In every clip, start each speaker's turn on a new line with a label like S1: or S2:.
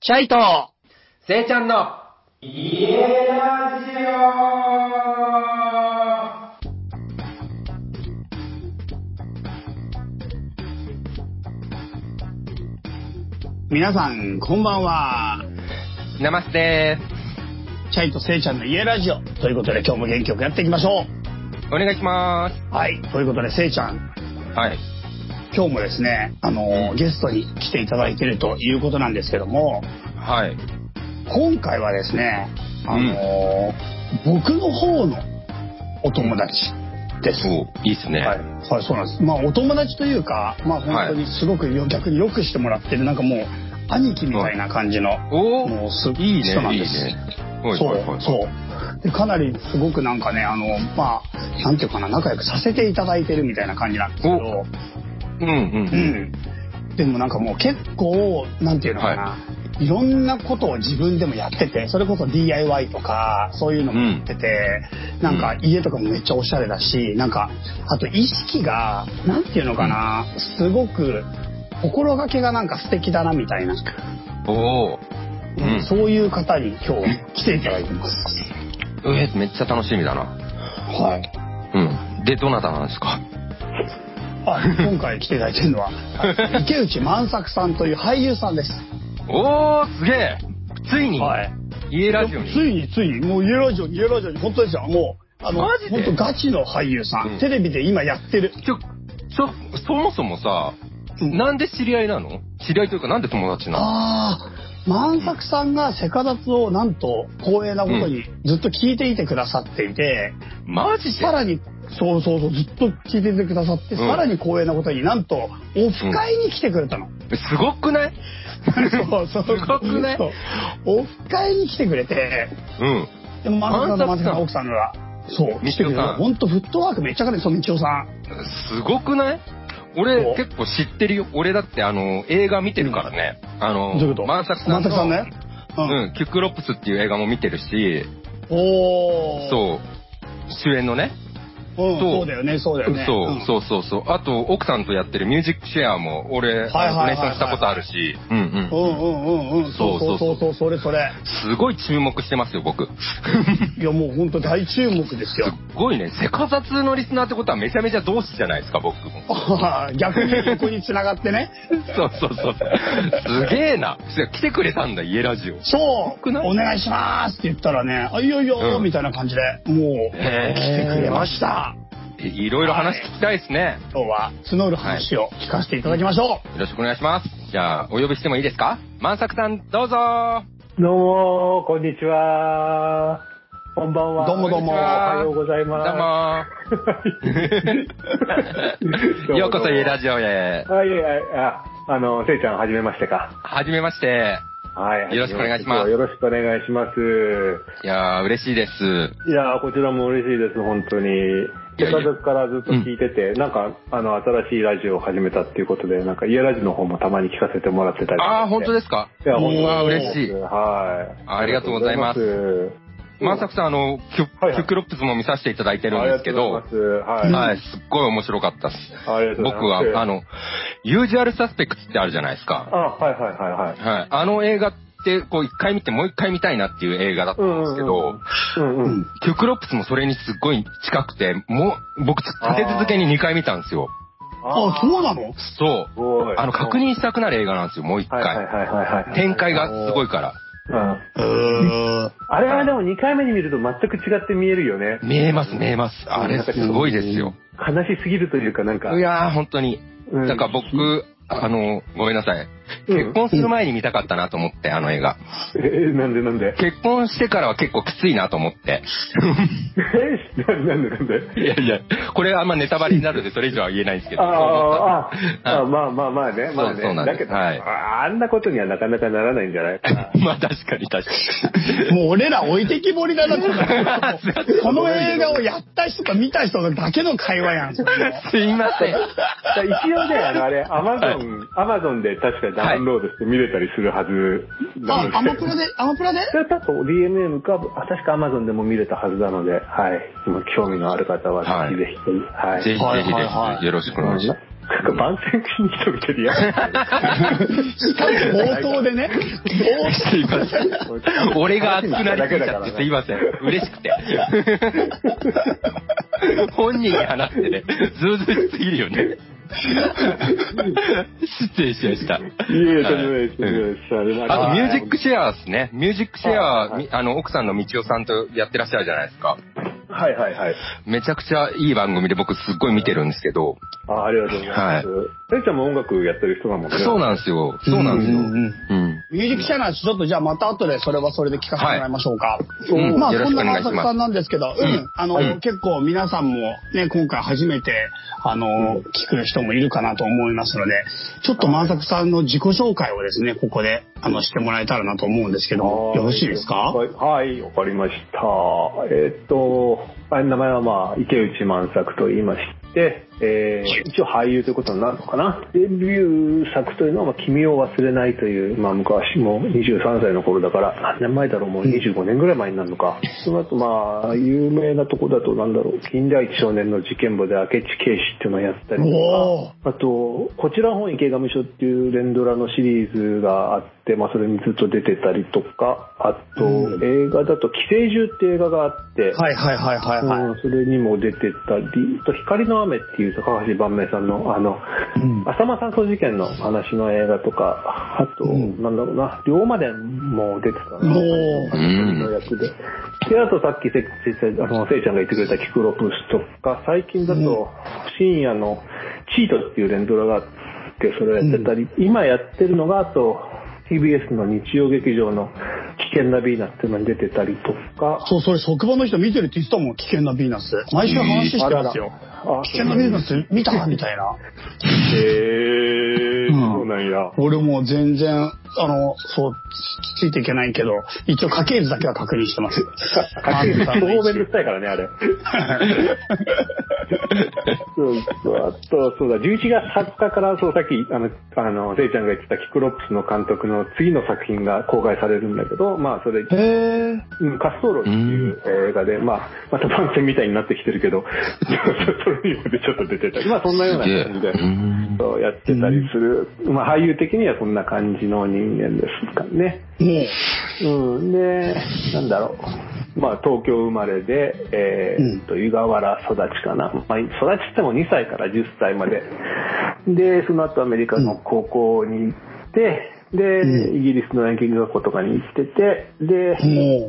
S1: シャイト
S2: せいちゃんの、家ラジオ
S1: 皆さん、こんばんは。
S2: ナマステ
S1: シャイとせいちゃんの家ラジオ。ということで、今日も元気よくやっていきましょ
S2: ーお願いしま
S1: う。はい。ということで、せいちゃん、
S2: す。はい。
S1: 今日もですね、あのーゲストに来ていただいているということなんですけども、
S2: はい。
S1: 今回はですね、あのー僕の方のお友達です。
S2: いいっすね。
S1: はい、はい、そうなんです。まあ、お友達というか、まあ、本当にすごくよ、逆によくしてもらってる、なんかもう。兄貴みたいな感じの、
S2: お
S1: もうす
S2: ーいいね、い
S1: 人なん
S2: い
S1: です
S2: ね。
S1: そ、
S2: はいう
S1: そう。で、かなりすごくなんかね、あの、まあ、なんていうかな、仲良くさせていただいてるみたいな感じなんですけど。
S2: うんうん。
S1: うん。でもなんかもう結構、なんていうのかな。
S2: はい
S1: ろんなことを自分でもやっててそれこそ DIY とかそういうのもやってて、なんか家とかもめっちゃおしゃれだしなんかあと意識がなんていうのかな、すごく心がけがなんか素敵だなみたいな、
S2: おーうん
S1: そういう方に今日来ていただいてます。
S2: うえ、めっちゃ楽しみだな。
S1: はい
S2: うん。で、どなたなんですか
S1: あ今回来ていただいてるの は池内万作さんという俳優さんです。
S2: おーすげえついに、
S1: い。
S2: 家ラジオ
S1: つ
S2: に。
S1: いについにもう家ラジオに家ラジオに本当ですよもうあの
S2: マジで
S1: 本当ガチの俳優さん、
S2: うん
S1: テレビで今やってる。
S2: ちょ、ちょ、そもそもさ、
S1: うん
S2: なんで知り合いなの知り合いというか、なんで友達なの
S1: ああ万作さんがセカダツをなんと光栄なことにずっと聞いていてくださっていて、
S2: マジで
S1: さらにそうそうそうずっと聞いていてくださって、
S2: うん
S1: さらに光栄なことになんとオフ会に来てくれたの。
S2: すごくない
S1: そうそう
S2: すごくない
S1: そうオフ会に来てくれて
S2: うん。
S1: でも万作さんの
S2: 万
S1: 万
S2: 作
S1: 作
S2: さ
S1: さ
S2: ん
S1: んの奥さんがそう来てく
S2: 道夫
S1: れて
S2: さん
S1: 本当フットワークめっちゃかねそう道夫さん。
S2: すごくない俺
S1: そう
S2: 結構知ってるよ。俺だってあの、映画見てるからね。あの、
S1: どういうこと
S2: 万作さんの。
S1: 万作さんね。うん。
S2: うん、キュックロップスっていう映画も見てるし、
S1: おお。
S2: そう、主演のね。
S1: うん。
S2: そう
S1: そうだよね、そうだ
S2: そ
S1: よ
S2: う
S1: ね。ん
S2: そうそうそう。あと、奥さんとやってるミュージックシェアも、俺、
S1: はいはい
S2: あの
S1: はいはい
S2: レッスンしたことあるし、うんう
S1: う
S2: ん。
S1: んうんうんうん。そうそうそうそう、それそれ。
S2: すごい注目してますよ、僕。す
S1: いや、もう本当大注目ですよ。
S2: ごいね、セカザツのリスナーってことはめちゃめちゃ同志じゃないですか、僕も。
S1: あー逆にそこに繋がって ね。
S2: そうそうそう。すげえな。来てくれたんだ、家ラジオ。
S1: そう、
S2: くない
S1: お願いしますって言ったらね、あ、いいよいいよ、
S2: うん
S1: みたいな感じで、もう、来
S2: へー
S1: てくれました。
S2: えいろいろ話聞きたいですね。
S1: 今日は募る話を聞かせていただきましょ
S2: よろしくお願いします。じゃあ、お呼びしてもいいですか万作さん、どうぞ
S3: どうも、こんにちは。こんばんは。
S1: どうもどうも
S3: おはようござい
S2: どう
S3: ま
S2: も
S3: す。 どう
S2: ー
S3: も
S2: ようこそ、家ラジオへ。
S3: はい、あ、ああの、せいちゃん、はじめましてか。
S2: はじめまして。
S3: はい。
S2: よろしくお願いします
S3: よろしくお願いします。
S2: いやー、嬉しいです。
S3: いやーこちらも嬉しいです、本当に。
S2: やいや
S3: せっかくからずっと聞いてて、なんか、あの、新しいラジオを始めたっていうことで、なんか、家ラジの方もたまに聞かせてもらってたり。
S2: あー、本当ですすか
S3: いや、本当
S2: うわー
S3: です
S2: 嬉しい
S3: はい。
S2: ありがとうございます
S3: ありがとうございます
S2: 万作さん、あの、キュッ
S3: はい
S2: キ
S3: はい
S2: ュックロップスも見させていただいてるんですけど
S3: ありが、とうございます。は。
S2: はいい、すっごい面白かったっす。
S3: ありがとうござい
S2: 僕
S3: ます。
S2: は、あ、の、ユージュアルサスペクツってあるじゃないですか。
S3: あ、はいはいはいはい。
S2: はい。あの映画って、こう、一回見て、もう一回見たいなっていう映画だったんですけど、
S3: うん
S1: う。
S3: う。
S1: うんん。
S2: キュクロップスもそれにすっごい近くて、もう、僕、立て続けに2回見たんですよ。
S1: あ、そうなの
S2: そう
S3: す。ごい。
S2: あの、確認したくなる映画なんですよ、もう一
S3: はいはい
S2: 回。
S3: はいはいはい。
S2: 展開がすごいから。
S3: うん。
S1: うーん。
S3: あれはでも2回目に見ると全く違って見えるよね。
S2: 見えます、見えます。あれ、すごいですよ。
S3: 悲しすぎるというかなんか。
S2: いやー、本当に。
S3: うん
S2: だから僕、あの、ごめんなさい。
S3: うん
S2: 結婚する前に見たかったなと思って、あの映画。
S3: え、なんでなんで
S2: 結婚してからは結構きついなと思って。
S3: え、なんでなんで
S2: いやいや、これあんまネタバレになるん で、それ以上は言えないんですけ
S3: あ
S2: ど。
S3: あ あ、あ、
S2: はい
S3: まあまあまあね、まあ
S2: そ
S3: ね。
S2: うそうなんです
S3: だけど、
S2: はい
S3: ああんなことにはなかなかならないんじゃない かな。
S2: まあ確かに確かに。
S1: もう俺ら置いてきぼりだ な、このこの映画をやった人と見た人だけの会話やん、 それも
S2: すいません。
S3: だから一応ね、あの、あれ、アマゾン、アマゾンで確かダウンロードして見れたりするはずなの
S1: あ、
S3: で。
S1: アマプラで、アマプラで
S3: それ多分 DMM か、あ確か Amazon でも見れたはずなので、はい。今興味のある方は、
S2: はい
S3: ぜひぜひ。はい。
S2: ぜひぜひです、
S1: はいはいはい
S2: よろしくお願いします。
S3: なんか番宣に人見てるやつ。
S1: しかも冒頭でね、冒頭
S2: すいません。俺が熱くなりすぎちゃってすいません。嬉しくて。本人に話してね、ずうずうしすぎるよね。失礼しました。
S3: いえいえ、とんでもないですとんでもないですれ
S2: あ
S3: は
S2: と、
S3: い
S2: ミュージックシェアですね。ミュージックシェ
S3: はい
S2: ア、
S3: はい
S2: みあの、奥さんのみちおさんとやってらっしゃるじゃないですか。
S3: はいはいはい。
S2: めちゃくちゃいい番組で僕すっごい見てるんですけど。
S3: あありがとうございます。えいちゃんも音楽やってる人だもんね。
S2: そうなんですよ。 そうなんですよ。
S1: う
S2: うん
S1: うん
S2: ん。
S1: ミュージックシャナーちょっとじゃあまた後でそれはそれで聞かせてもらいましょうか。
S2: いうん
S1: まあ
S2: よろ
S1: そ
S2: し
S1: ん
S2: く
S1: な
S2: お願いし
S1: 川崎
S2: ます
S1: さんなんですけど、うん、
S2: うん
S1: あの、
S2: うん
S1: 結構皆さんもね、今回初めて、あの、聞く人もいるかなと思いますので、ちょっと川崎さんの自己紹介をですね、ここで、あの、してもらえたらなと思うんですけど、よろしいですか
S3: はい、はいわかりました。えっと、あ名前はまあ、池内万作と言いまして、えー一応俳優ということになるのかな。デビュー作というのは、まあ君を忘れないという、まあ、昔も23歳の頃だから、何年前だろう、もう25年ぐらい前になるのか。その後、まあ、有名なとこだと、なんだろう、近代一少年の事件簿で明智警視っていうのをやったりとか、
S1: おー
S3: あと、こちら本池上署っていう連ドラのシリーズがあって、まあ、それにずっと出てたりとか、あと、
S1: うん
S3: 映画だと、寄生獣って映画があって、
S1: はいはいはいはいはい。
S3: うんそれにも出てたり、あと、光の雨っていう高橋晩明さんの、あの、
S1: うん
S3: 浅間山荘事件の話の映画とか、あと、
S1: うん
S3: なんだろうな、龍馬伝も出てたな。
S1: もう、
S2: うん
S3: の。役で。で、あとさっきせ、せあの、せいちゃんが言ってくれたキクロプスとか、最近だと、深夜のチートっていう連ドラがあって、それをやってたり、今やってるのが、あと、TBS の日曜劇場の危険なビーナっていうのに出てたりとか、
S1: そう、それ職場の人見てるって言ってたもん、危険なヴィーナス。毎週話してますよ。
S3: あ
S1: 危険なヴィーナス見たみたいな。
S3: へ
S1: う
S3: ー、
S1: ん
S3: そうなんや。
S1: 俺もう全然、あの、そう、つついていけないけど、一応家系図だけは確認してます。
S3: かける
S1: マークさんの位
S3: 超
S1: 置
S3: めんどくさいからね、あれ。 そうそうあと、そうだ、11月20日から、そう、さっき、あの、あの、せいちゃんが言ってたキクロプスの監督の次の作品が公開されるんだけど、まあ、それ、
S1: へえ。
S3: うん、滑走路っていう映画で、まあ、また番宣みたいになってきてるけど、 それにもちょっと出てたり、まあ、そんなような感じで
S2: すげえうん、
S3: そうやってたりする、まあ、俳優的にはそんな感じの人間ですかね。
S1: もう、
S3: うん、で、なんだろう。まあ、東京生まれで、えー
S1: うん
S3: っと、湯河原育ちかな。まあ、育ちっても2歳から10歳まで。で、その後アメリカの高校に行って、で、
S1: う
S3: イギリスの演劇学校とかに行ってて、で、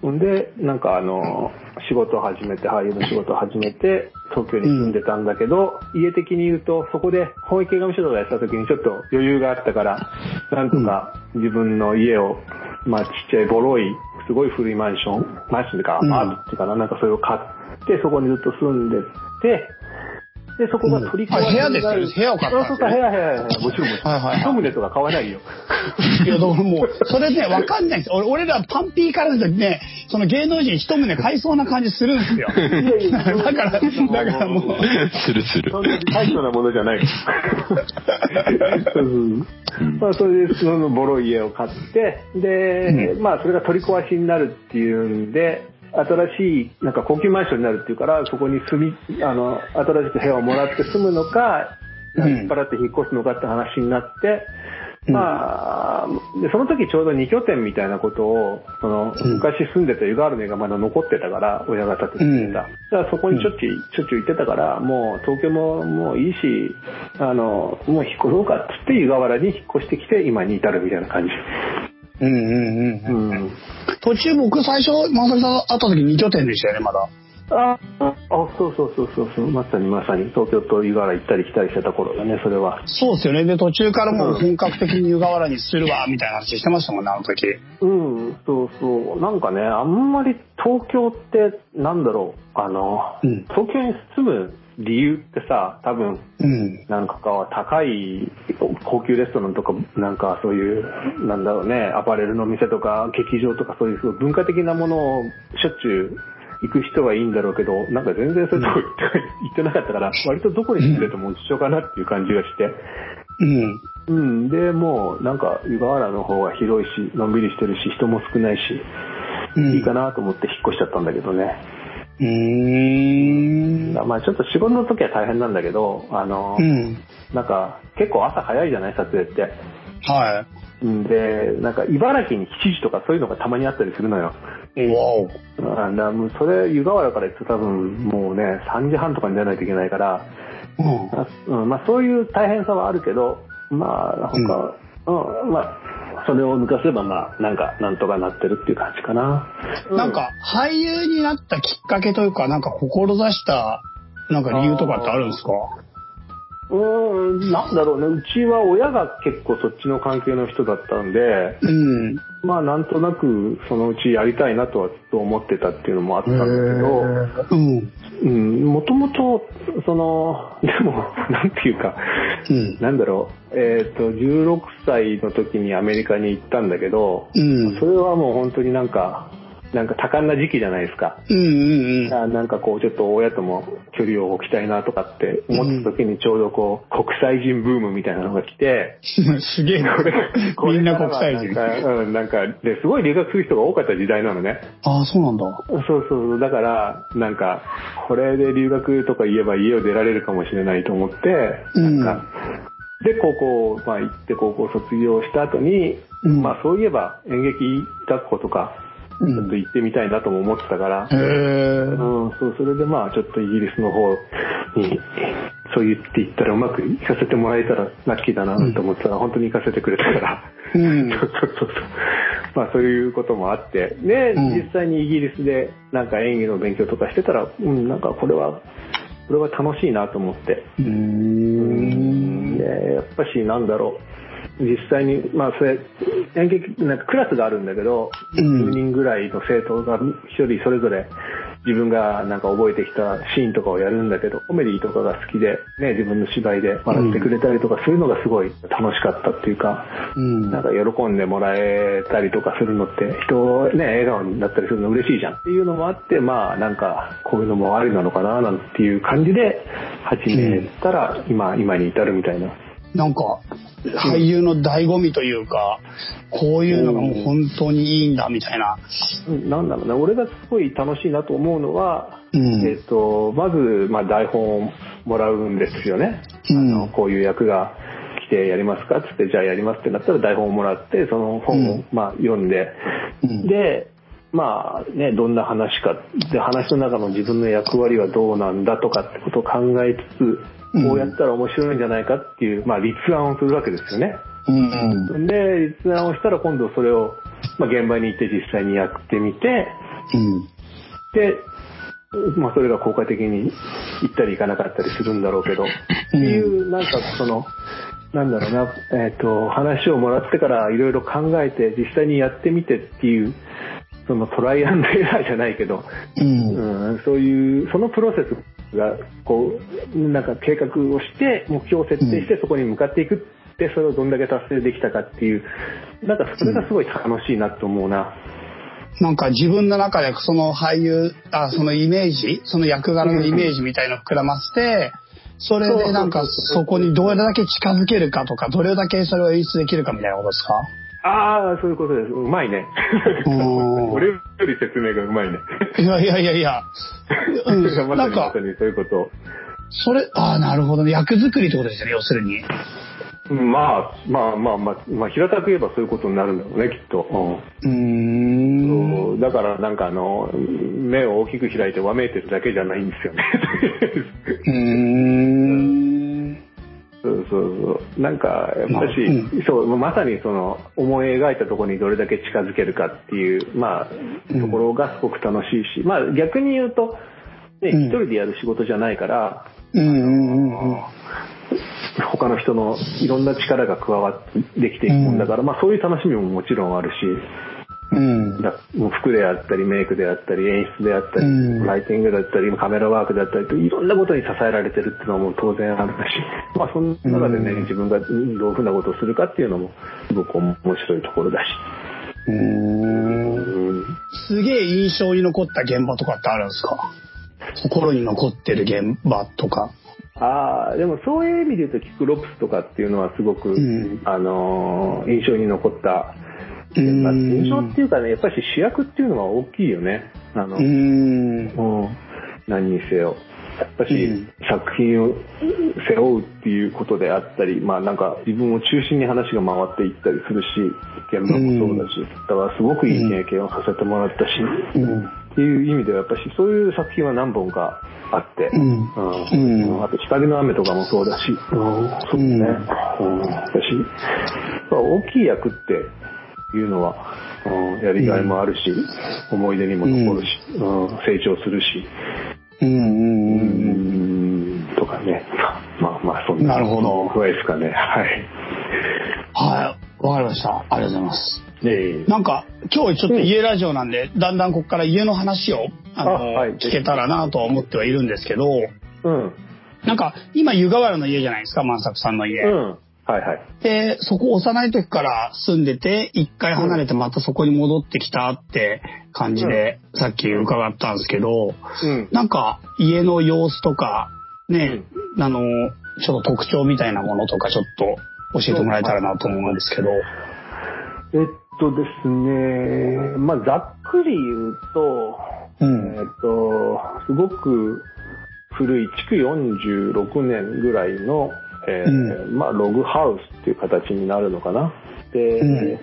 S1: も
S3: んで、なんかあの、仕事を始めて、俳優の仕事を始めて、東京に住んでたんだけど、家的に言うと、そこで本池上所とかやってた時にちょっと余裕があったから、なんとか自分の家を、まあちっちゃいボロい、すごい古いマンション、マンションというか、
S1: うん
S3: アートっていうかな、なんかそれを買って、そこにずっと住んでて、で、そこが取り壊しになる
S1: うんあ部屋ですよね部屋を買ったん
S3: あ
S1: です
S3: そ
S1: よ
S3: うそう、部屋、部屋、部屋。もちろん、もちろん。
S1: はいはいはい
S3: 一棟とか買わな いよ。
S1: う、いや、だからもう、それね、わかんないです。俺俺らパンピーからだとね、その芸能人一棟買いそうな感じするんですよ。
S3: いやいや
S1: だから、だからもう、
S2: するする
S3: そ。んなに大層なものじゃない。うんまあ、それで、そのボロい家を買って、で、まあ、それが取り壊しになるっていうんで、新しい、なんか高級マンションになるっていうから、そこに住み、あの、新しく部屋をもらって住むのか、
S1: うん
S3: 引っ張らって引っ越すのかって話になって、
S1: うん
S3: まあ、でその時ちょうど二拠点みたいなことを、その、
S1: うん
S3: 昔住んでた湯河原の家がまだ残ってたから、親が建てて
S1: う
S3: た。
S1: ん
S3: だからそこにちょっちゅい、ちょっちゅい行ってたから、もう東京ももういいし、あの、もう引っ越そうかっつって湯河原に引っ越してきて、今に至るみたいな感じ。
S1: うんうんうん。
S3: うん。
S1: 途中僕最初、まさきさん会った時2拠点でしたよね、まだ。
S3: あ、あ、そうそうそうそうそう、まさにまさに、東京と湯河原行ったり来たりしてた頃だね、それは。
S1: そうですよね。で、途中からもう本格的に湯河原にするわ、みたいな話してましたもんね、あの時。
S3: うん、そうそう。なんかね、あんまり東京って、なんだろう、あの、
S1: うん
S3: 東京に住む理由ってさ、多分、
S1: うん。
S3: なんかか高い高級レストランとか、なんかそういう、なんだろうね、アパレルの店とか、劇場とか、そういうすごい文化的なものをしょっちゅう行く人はいいんだろうけど、なんか全然そういうとこ行って行ってなかったから、割とどこに住んでても一緒かなっていう感じがして。
S1: うん。
S3: うん、で、もうなんか湯河原の方が広いし、のんびりしてるし、人も少ないし、
S1: うん
S3: いいかなと思って引っ越しちゃったんだけどね。
S1: ううーん。
S3: まあちょっと仕事の時は大変なんだけど、あの、
S1: うん。
S3: なんか結構朝早いじゃない撮影って。
S1: は
S3: うんで、なんか茨城に7時とかそういうのがたまにあったりするのよ。
S1: い。わお。
S3: あなもうそれ湯河原から行くと多分もうね3時半とかに出ないといけないから、
S1: うん。
S3: あうんまあ、そういう大変さはあるけどまあ他、うんまあ、それを抜かせばまあなんかなんとかなってるっていう感じかな、う
S1: なんか、俳優になったきっかけというか、なんか、志した、なんか理由とかってあるんですか
S3: うんなんだろうねうちは親が結構そっちの関係の人だったんで
S1: うん。
S3: まあなんとなくそのうちやりたいなとはずっと思ってたっていうのもあったんだけど、
S1: うん。
S3: うん、もともと、その、 でも、なんていうか、
S1: うん
S3: なんだろう、えっ、と、16歳の時にアメリカに行ったんだけど、
S1: うん。
S3: それはもう本当になんか、なんか多感な時期じゃないですか。
S1: うんうんうん。
S3: あなんかこう、ちょっと親とも距離を置きたいなとかって思った時にちょうどこう、国際人ブームみたいなのが来て、
S1: すげえ な。みんな国際
S3: これ
S1: 人
S3: か。らはなんか、うん、なんか、で、すごい留学する人が多かった時代なのね。
S1: ああ、そうなんだ。
S3: そうそうそう、だから、なんか、これで留学とか言えば家を出られるかもしれないと思って、
S1: うん
S3: なんか、で、高校、まあ行って高校卒業した後に、
S1: うん
S3: まあそういえば演劇学校とか、
S1: う
S3: ちょっと
S1: ん。へ
S3: 行ってみたいなとも思ってたから、う
S1: え
S3: ん、。そう、それでまあちょっとイギリスの方に、そう言って行ったらうまく行かせてもらえたらラッキーだなと思ってたら、本当に行かせてくれたから、
S1: うん。
S3: そうそうそうそう。まあそういうこともあって、で、
S1: うん
S3: 実際にイギリスでなんか演技の勉強とかしてたら、うん、なんかこれは、これは楽しいなと思って。
S1: うーん。
S3: で、やっぱしなんだろう。実際に、まあそれ、演劇、なんかクラスがあるんだけど、
S1: うん
S3: 10人ぐらいの生徒が一人それぞれ自分がなんか覚えてきたシーンとかをやるんだけど、コメディとかが好きで、ね、自分の芝居で笑ってくれたりとか、そういうのがすごい楽しかったっていうか、
S1: うん。
S3: なんか喜んでもらえたりとかするのって、人をね、笑顔になったりするの嬉しいじゃんっていうのもあって、まあなんか、こういうのもありなのかななんていう感じで、始めたら、今、今に至るみたいな。
S1: なんか、俳優の醍醐味というか、こういうのがもう本当にいいんだ、みたいな。
S3: うんなんだろうな、俺がすごい楽しいなと思うのは、
S1: うん
S3: えっ、と、まず、まあ台本をもらうんですよね。
S1: うん
S3: あのこういう役が来てやりますかっつって、じゃあやりますってなったら台本をもらって、その本を、
S1: うん
S3: まあ読んで、
S1: うん
S3: で、まあね、どんな話か、で、話の中の自分の役割はどうなんだとかってことを考えつつ、
S1: うん
S3: こうやったら面白いんじゃないかっていう、まあ立案をするわけですよね。
S1: うん。
S3: で、立案をしたら今度それを、まあ現場に行って実際にやってみて、
S1: うん。
S3: で、まあ、それが効果的に行ったり行かなかったりするんだろうけど、っていう、なんかその、なんだろうな、えっ、と、話をもらってからいろいろ考えて、実際にやってみてっていう、そのトライアンドエラーじゃないけど、
S1: うん。
S3: うん、そういう、そのプロセスが、こう、なんか計画をして、目標を設定して、そこに向かっていくって、それをどんだけ達成できたかっていう、なんかそれがすごい楽しいなと思うな。
S1: なんか自分の中でその俳優、あ、そのイメージ、その役柄のイメージみたいのを膨らませて、それでなんかそこにどれだけ近づけるかとか、どれだけそれを演出できるかみたいなことですか
S3: ああ、そういうことです。うまいね。
S1: うん
S3: 俺より説明がうまいね。
S1: いやいやいやいや。 うん、
S3: ま
S1: なん
S3: さに
S1: か
S3: まさ、にそういうこと。
S1: それ、ああ、なるほどね。役作りってことですよね、要するに。
S3: うんまあ、まあまあまあ、まあ、平たく言えばそういうことになるんだろうね、きっと。うん
S1: うーん。
S3: そうだからなんかあの、目を大きく開いてわめいてるだけじゃないんですよね。
S1: うーん。
S3: そうそうそう。なんか、やっぱし、
S1: う
S3: そう、まさにその、思い描いたところにどれだけ近づけるかっていう、まあ、ところがすごく楽しいし、まあ逆に言うと、ね、
S1: うん
S3: 一人でやる仕事じゃないから、
S1: うんうんうんうん。
S3: 他の人のいろんな力が加わってできていくもんだから、まあそういう楽しみももちろんあるし、
S1: うん。
S3: だもう服であったりメイクであったり演出であったり、
S1: うん
S3: ライティングだったりカメラワークだったりといろんなことに支えられてるっていうのはもう当然あるし、まあその中でね、
S1: うん
S3: 自分がどういうふうなことをするかっていうのもすごく面白いところだし。
S1: うーん
S3: うん
S1: すげえ印象に残った現場とかってあるんですか心に残ってる現場とか。
S3: ああ、でもそういう意味で言うと、キックロプスとかっていうのはすごく、
S1: ん
S3: あのー印象に残った。
S1: うん
S3: まあ印象っていうかね、やっぱり主役っていうのは大きいよね。あの、
S1: うーん。
S3: うん何にせよやっぱし、
S1: うん
S3: 作品を背負うっていうことであったり、まあなんか自分を中心に話が回っていったりするし、現場もそうだし、だからすごくいい経験をさせてもらったし、
S1: うん
S3: っていう意味ではやっぱしそういう作品は何本かあって、
S1: うん
S3: うん
S1: うん
S3: あと光の雨とかもそうだし、そう
S1: う
S3: ね、
S1: ん
S3: うん、やっぱしまあ大きい役っていうのは、うん、やりがいもあるし、思い出にも残るし、うん成長するし、
S1: うんうんう
S3: うん
S1: うん
S3: ん、とかね、まあまあそんな
S1: なるほど
S3: ぐらいですかね、はい。
S1: はいわかりましたありがとうございます
S3: で
S1: なんか今日ちょっと家ラジオなんで、だんだんここから家の話をあの
S3: あはい
S1: 聞けたらなとは思ってはいるんですけど
S3: うん、
S1: なんか今湯河原の家じゃないですか万作さんの家、
S3: うん、はいはい。
S1: でそこ幼い時から住んでて一回離れてまたそこに戻ってきたって感じで、さっき伺ったんですけど
S3: うん、
S1: なんか家の様子とかね、あのちょっと特徴みたいなものとかちょっと教えてもらえたらなと思うんですけど。
S3: えっとですね、まあ、ざっくり言うと、
S1: うん
S3: えっと、すごく古い築46年ぐらいの、えーまあ、ログハウスっていう形になるのかな。で、
S1: うん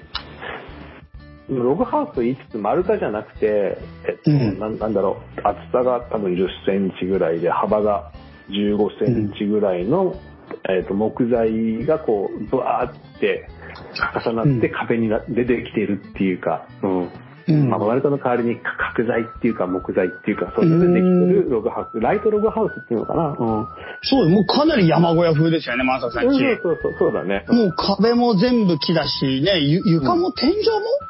S3: ログハウスと言いつつ丸太じゃなくて、えっと
S1: うん
S3: なんなんだろう、厚さが多分10センチぐらいで、幅が15センチぐらいの、えっと木材がこう、ブワーって重なって
S1: うん
S3: 壁にな出てきているっていうか、うん
S1: うん
S3: まあ、割との代わりにか角材っていうか木材っていうか、それでできてるログハウス、ライトログハウスっていうのかな。うん。
S1: そう、もうかなり山小屋風ですよね、万作さんち。
S3: そうそうそう、そうだね。
S1: もう壁も全部木だし、ね、ゆ床も天井も、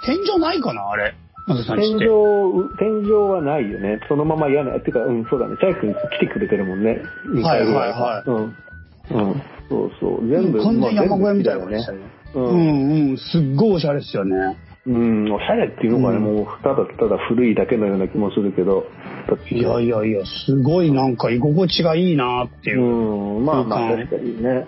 S1: 天井ないかな、あれ。万作さんち
S3: 天
S1: って。
S3: 井、天井はないよね。そのまま屋根、っていうか、うん、そうだね。チャイ君来てくれてるもんね。2回ぐら
S1: はいはいはい
S3: うん。うん。そうそう。全部、
S1: 完全に山小屋みたいな
S3: まあ
S1: もん
S3: 全部
S1: でし
S3: 木だ
S1: た
S3: よ
S1: ね。
S3: ねう。
S1: うんんうん、すっごいおしゃれですよね。
S3: うん、おしゃれっていうのがね、
S1: うん
S3: もう、ただただ古いだけのような気もするけど。
S1: いやいやいや、すごいなんか居心地がいいなっていう。
S3: うん、まあまあ
S1: 空間
S3: 確かにね。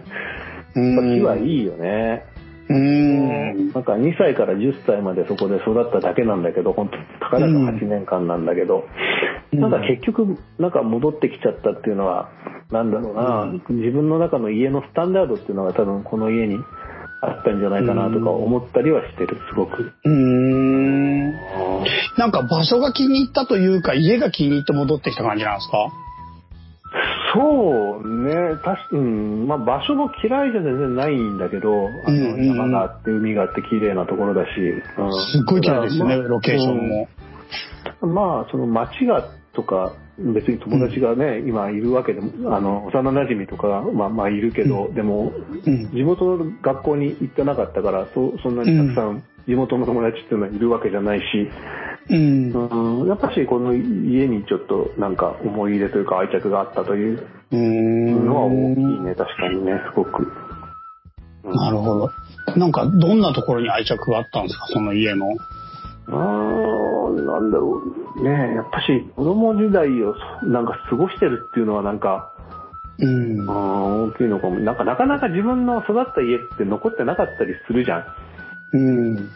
S1: うん
S3: やっぱ木はいいよね。
S1: うん。
S3: なんか2歳から10歳までそこで育っただけなんだけど、本当たかだか8年間なんだけど、
S1: うん
S3: なんか結局、なんか戻ってきちゃったっていうのは、なんだろうな、自分の中の家のスタンダードっていうのが多分この家にあったんじゃないかなとか思ったりはしてる、すごく。
S1: うん。なんか場所が気に入ったというか、家が気に入って戻ってきた感じなんですか
S3: そうね、確かうん、まあ場所も嫌いじゃ全然ないんだけど、
S1: う
S3: あの
S1: んうんうん
S3: 山があって海があって綺麗なところだし、うん
S1: すっごい綺麗ですよね、
S3: だからまあ
S1: ロケーションも。
S3: まあ、その街がとか、別に友達がね、今いるわけでも、あの、幼馴染とか、まあまあいるけど、でも、
S1: うん。
S3: 地元の学校に行ってなかったから、そそんなにたくさん地元の友達っていうのはいるわけじゃないし、
S1: うん。
S3: うん、やっぱしこの家にちょっとなんか思い入れというか愛着があったという
S1: うん。
S3: のは大きいね、確かにね、すごく。うん
S1: なるほど。なんか、どんなところに愛着があったんですか、その家の。
S3: あーなんだろう。ねやっぱし子供時代をなんか過ごしてるっていうのはなんか、
S1: うん
S3: あ。ー大きいのかも。なんか、なかなか自分の育った家って残ってなかったりするじゃん。
S1: うん。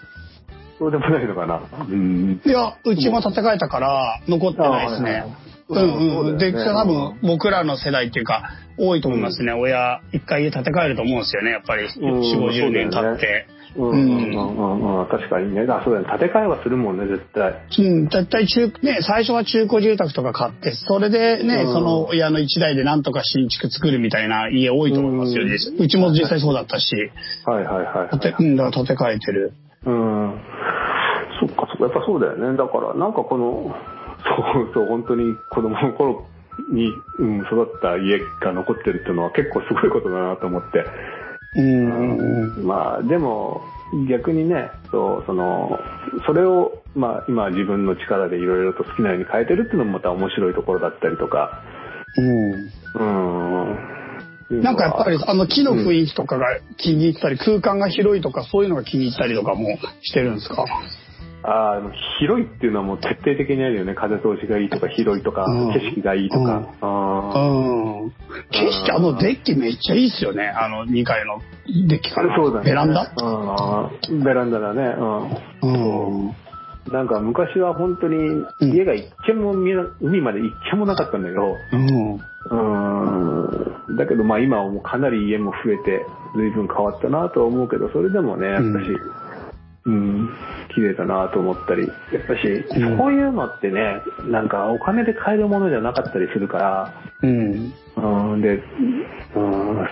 S3: そうでもないのかな。うん。
S1: いや、うちも建て替えたから、残ってないですね。
S3: あ
S1: う
S3: はいはい
S1: んうん。で、
S3: そうだよ
S1: 多
S3: ね
S1: 分、僕らの世代っていうか、多いと思いますね。親、一回家建て替えると思うんですよね、やっぱり。
S3: うん
S1: 4、50年経って。
S3: うん、うん、うん、うん。確かにね。あ、そうだね。建て替えはするもんね、絶対。
S1: うん、絶対中、ね、最初は中古住宅とか買って、それでね、
S3: うん
S1: その親の一台でなんとか新築作るみたいな家多いと思いますよね。うちも実際そうだったし、
S3: はいはいはい、
S1: 建て、うん、だから建て替えてる。
S3: うん。そっか、そっか。やっぱそうだよね。だから、なんかこの、そうそう、本当に子供の頃に、うん、育った家が残ってるっていうのは結構すごいことだなと思って。
S1: うんうんうん。
S3: まあでも逆にねそうそのそれを、まあ、今自分の力でいろいろと好きなように変えてるっていうのもまた面白いところだったりとか
S1: うん
S3: うん
S1: なんかやっぱりあの木の
S3: うん
S1: 雰囲気とかが気に入ったり、空間が広いとかそういうのが気に入ったりとかもしてるんですか
S3: あー広いっていうのはもう徹底的にあるよね風通しがいいとか広いとか、
S1: うん
S3: 景色がいいとか、
S1: う
S3: あー
S1: ん。景色あのデッキめっちゃいいっすよね。あの2階のデッキかな。
S3: そうだね
S1: ベランダ
S3: うんベランダだねうん
S1: うん。
S3: なんか昔は本当に
S1: うん
S3: 家が一軒も見えな海まで一軒もなかったんだけど、
S1: うん。
S3: うーんだけどまあ今はもうかなり家も増えて随分変わったなとは思うけどそれでもねやっぱし、うん、綺麗だなと思ったりやっぱし
S1: うん
S3: こういうのってねなんかお金で買えるものじゃなかったりするから
S1: うん。
S3: うんで、うん、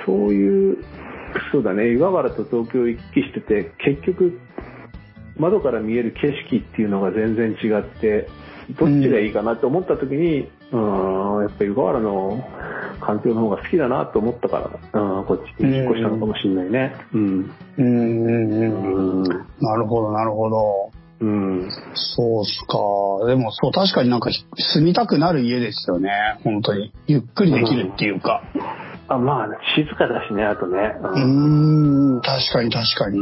S3: そういう、そうだね、湯河原と東京を行き来してて、結局、窓から見える景色っていうのが全然違って、どっちがいいかなって思った時に、うん、やっぱ湯河原の環境の方が好きだなと思ったから、うん、こっちに引っ越したのかもしれないね。うん。
S1: うんうんうん。
S3: うん。
S1: なるほど、なるほど。
S3: うん。
S1: そうっすか。でもそう、確かになんかひ住みたくなる家ですよね。本当に。ゆっくりできるっていうか。
S3: あ、まあ、静かだしね、あとね。
S1: う
S3: う
S1: ー
S3: ん
S1: ん、確かに確かに。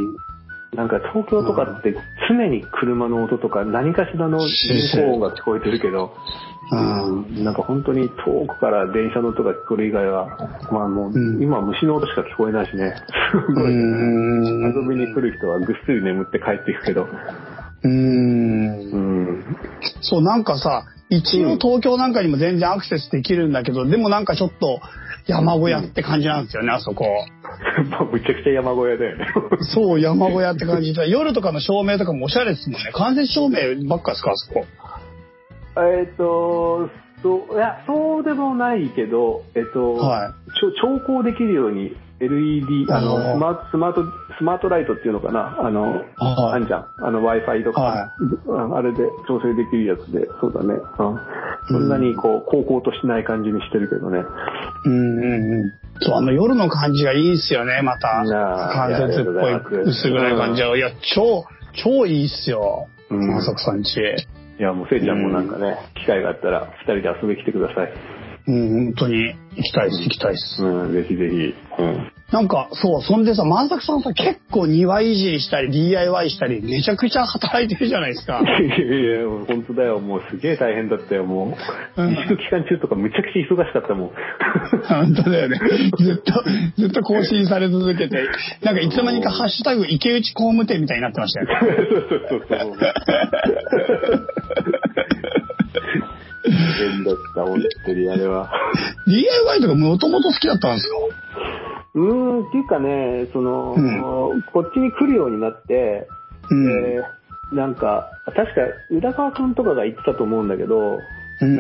S3: なんか東京とかって常に車の音とか何かしらの人工音が聞こえてるけど、
S1: うん。
S3: うんなんか本当に遠くから電車の音が聞こえる以外は、まあもう、
S1: うん
S3: 今は虫の音しか聞こえないしね。すごいね
S1: う
S3: 遊びに来る人はぐっすり眠って帰っていくけど。
S1: ーん。うー。
S3: うん ん。
S1: そう、なんかさ、一応東京なんかにも全然アクセスできるんだけど、でもなんかちょっと山小屋って感じなんですよね、あそこ。
S3: まあ、むちゃくちゃ山小屋だよね。
S1: そう、山小屋って感じで、夜とかの照明とかもおしゃれですもんね。間接照明ばっかですか、あそこ。
S3: えっと、そう、いや、そうでもないけど、えっと、
S1: は
S3: ちょ調光できるように LED、あ
S1: おー
S3: の、スマート、スマート、スマートライトっていうのかな、あの、
S1: はい
S3: あんじゃん。あの Wi-Fi とか、
S1: はい
S3: ああれで調整できるやつで、そうだね。うん。そんなにこう、高校としない感じにしてるけどね。
S1: い。うんうんうん。そう、あの夜の感じがいいんすよね、また。
S3: なあ
S1: 間接っぽ
S3: いやありがとうござい
S1: い、
S3: ます
S1: 薄暗い感じが。いや、超、超いいっすよ。
S3: うん
S1: 浅草んち。
S3: いや、もうせいちゃんもなんかね、機会があったら、二人で遊びに来てください。
S1: うん、本当に。行きたいっす、行きたいっす。
S3: うん、ぜひぜひ。うん。
S1: なんか、そう、そんでさ、万作さんさ、結構庭いじりしたり、DIY したり、めちゃくちゃ働いてるじゃないです か。
S3: いやいや、もう本当だよ。もうすげえ大変だったよ、もう。
S1: うん
S3: 自粛期間中とかむちゃくちゃ忙しかったも ん。
S1: 本当だよね。ずっと、ずっと更新され続けて、なんかいつの間にかハッシュタグ池内工務店みたいになってましたよね。
S3: そうそう そうそう。大変だった、本当にあれは。
S1: DIY とかもともと好きだったんですか
S3: うーん、っていうかね、その、
S1: うん
S3: こっちに来るようになって、
S1: うん。
S3: えーなんか、確か、宇田川君とかが言ってたと思うんだけど、
S1: うん。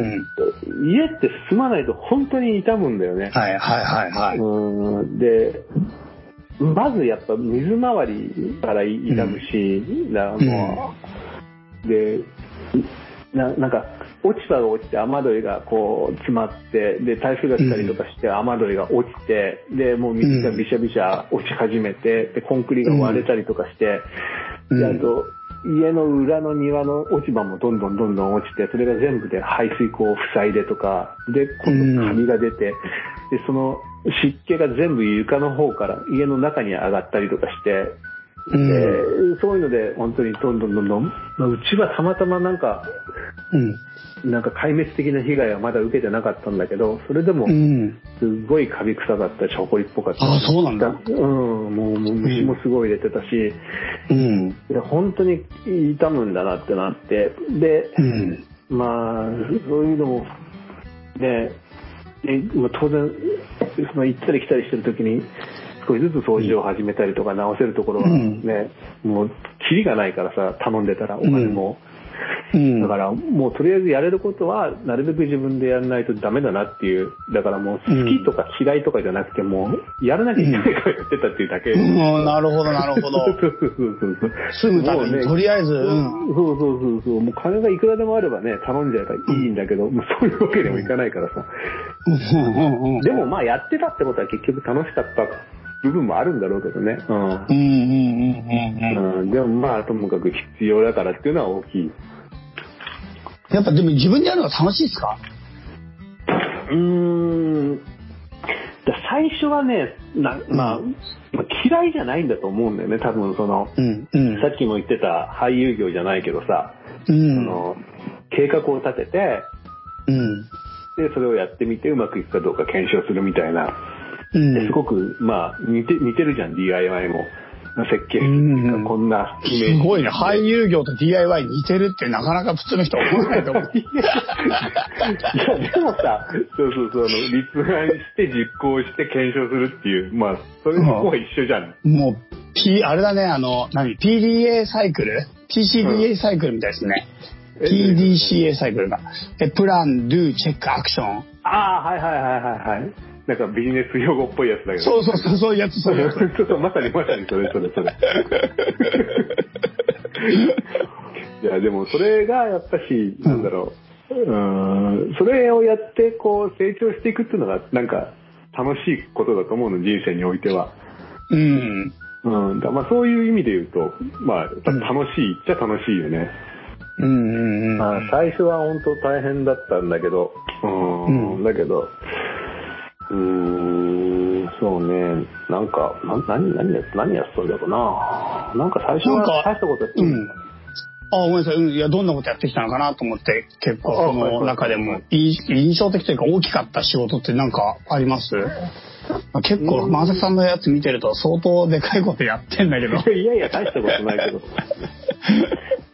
S3: 家って住まないと本当に痛むんだよね。
S1: はいはいはいは
S3: う
S1: い。
S3: ーん、で、まずやっぱ水回りから痛むし、だからもう、で、ななんか、落ち葉が落ちて雨どいがこう詰まって、で、台風が来たりとかして雨どいが落ちて、で、もう水がびしゃびしゃ落ち始めて、で、コンクリが割れたりとかして、
S1: うん
S3: で、あと、家の裏の庭の落ち葉もどんどんどんどん落ちて、それが全部で排水口を塞いでとか、で、今度カビが出て、で、その湿気が全部床の方から家の中に上がったりとかして、
S1: うん。
S3: でそういうので本当にどんどんどんどん、まあ、うちはたまたまなんか、
S1: うん。
S3: なんか壊滅的な被害はまだ受けてなかったんだけど、それでも、
S1: うん。
S3: すっごいカビ臭かったし、ほこりっぽかったし。
S1: あそうなんだ
S3: うん、もう、もう虫もすごい出てたし、
S1: うん。
S3: で本当に痛むんだなってなって、で、
S1: うん。
S3: まあ、そういうのも、ね、でまあ当然、その行ったり来たりしてるときに、少しずつ掃除を始めたりとか、直せるところは
S1: うん
S3: ね、もう、キリがないからさ、頼んでたら、お金も。
S1: うん。
S3: だから、もうとりあえずやれることは、なるべく自分でやらないとダメだなっていう、だからもう、
S1: うん
S3: 好きとか嫌いとかじゃなくて、もう、やらなきゃいけないからやってたっていうだけ。
S1: うん、なるほどなるほ ど。
S3: そうそうそうそう
S1: 住むため
S3: もう
S1: に、
S3: ね
S1: とりあえず、うん。
S3: そうそうそうそう、もう金がいくらでもあればね、頼んじゃえばいいんだけど、もうそういうわけにもいかないからさ。
S1: うんうんうん
S3: でもまあやってたってことは結局楽しかった部分もあるんだろうけどね。うん
S1: うんうんうんうん。
S3: うん、でもまあともかく必要だからっていうのは大きい。
S1: やっぱでも自分でやるのが楽しいですか
S3: うーん。だ最初はね、なまあ、まあ嫌いじゃないんだと思うんだよね、多分その、
S1: うん。うん。
S3: さっきも言ってた俳優業じゃないけどさ、
S1: う
S3: そ
S1: ん。
S3: の計画を立てて、
S1: うん。
S3: で、それをやってみてうまくいくかどうか検証するみたいな。
S1: うん
S3: で。すごく、まあ、似て、似てるじゃん、DIY も。設計
S1: うん
S3: 図こんなイメージ。
S1: すごいね。俳優業と DIY 似てるってなかなか普通の人は思わないと思う。
S3: いや、でもさ、そうそうそう、あの、立案して実行して検証するっていう、まあ、それも一緒じゃん。
S1: もう、P、あれだね、あの、何 ?PDA サイクル ?PCDA サイクルみたいですね。
S3: え
S1: PDCA サイクルが。え、プラン、ドゥ、チェック、アクション。
S3: ああ、はいはいはいはいはい。なんかビジネス用語っぽいやつだけど。
S1: そうそうそう、そういうやつ、そういうやつ。
S3: ちょっとまさにまさにそれそれそれ。いやでもそれがやっぱし、なんだろう。うーんそれをやってこう成長していくっていうのがなんか楽しいことだと思うの人生においては、
S1: うん。
S3: うんだまあ、そういう意味で言うと、まあ、やっぱ楽しいっちゃ楽しいよね、
S1: うんうんうん。
S3: まあ、最初は本当大変だったんだけど、うん
S1: うん
S3: だけど、うーん、そうね、なんか、な何、何や、何やってたんだろうな。なんか最初
S1: なんか
S3: は大したことやって
S1: うんあ、ごめんなさい。うん。いや、どんなことやってきたのかなと思って、結構
S3: あ
S1: そ
S3: はい
S1: の
S3: はい
S1: 中でも、い印象的というか大きかった仕事ってなんかあります結構、
S3: うん
S1: マサさんのやつ見てると相当でかいことやってんだけど。
S3: いやいや、大したことない けど。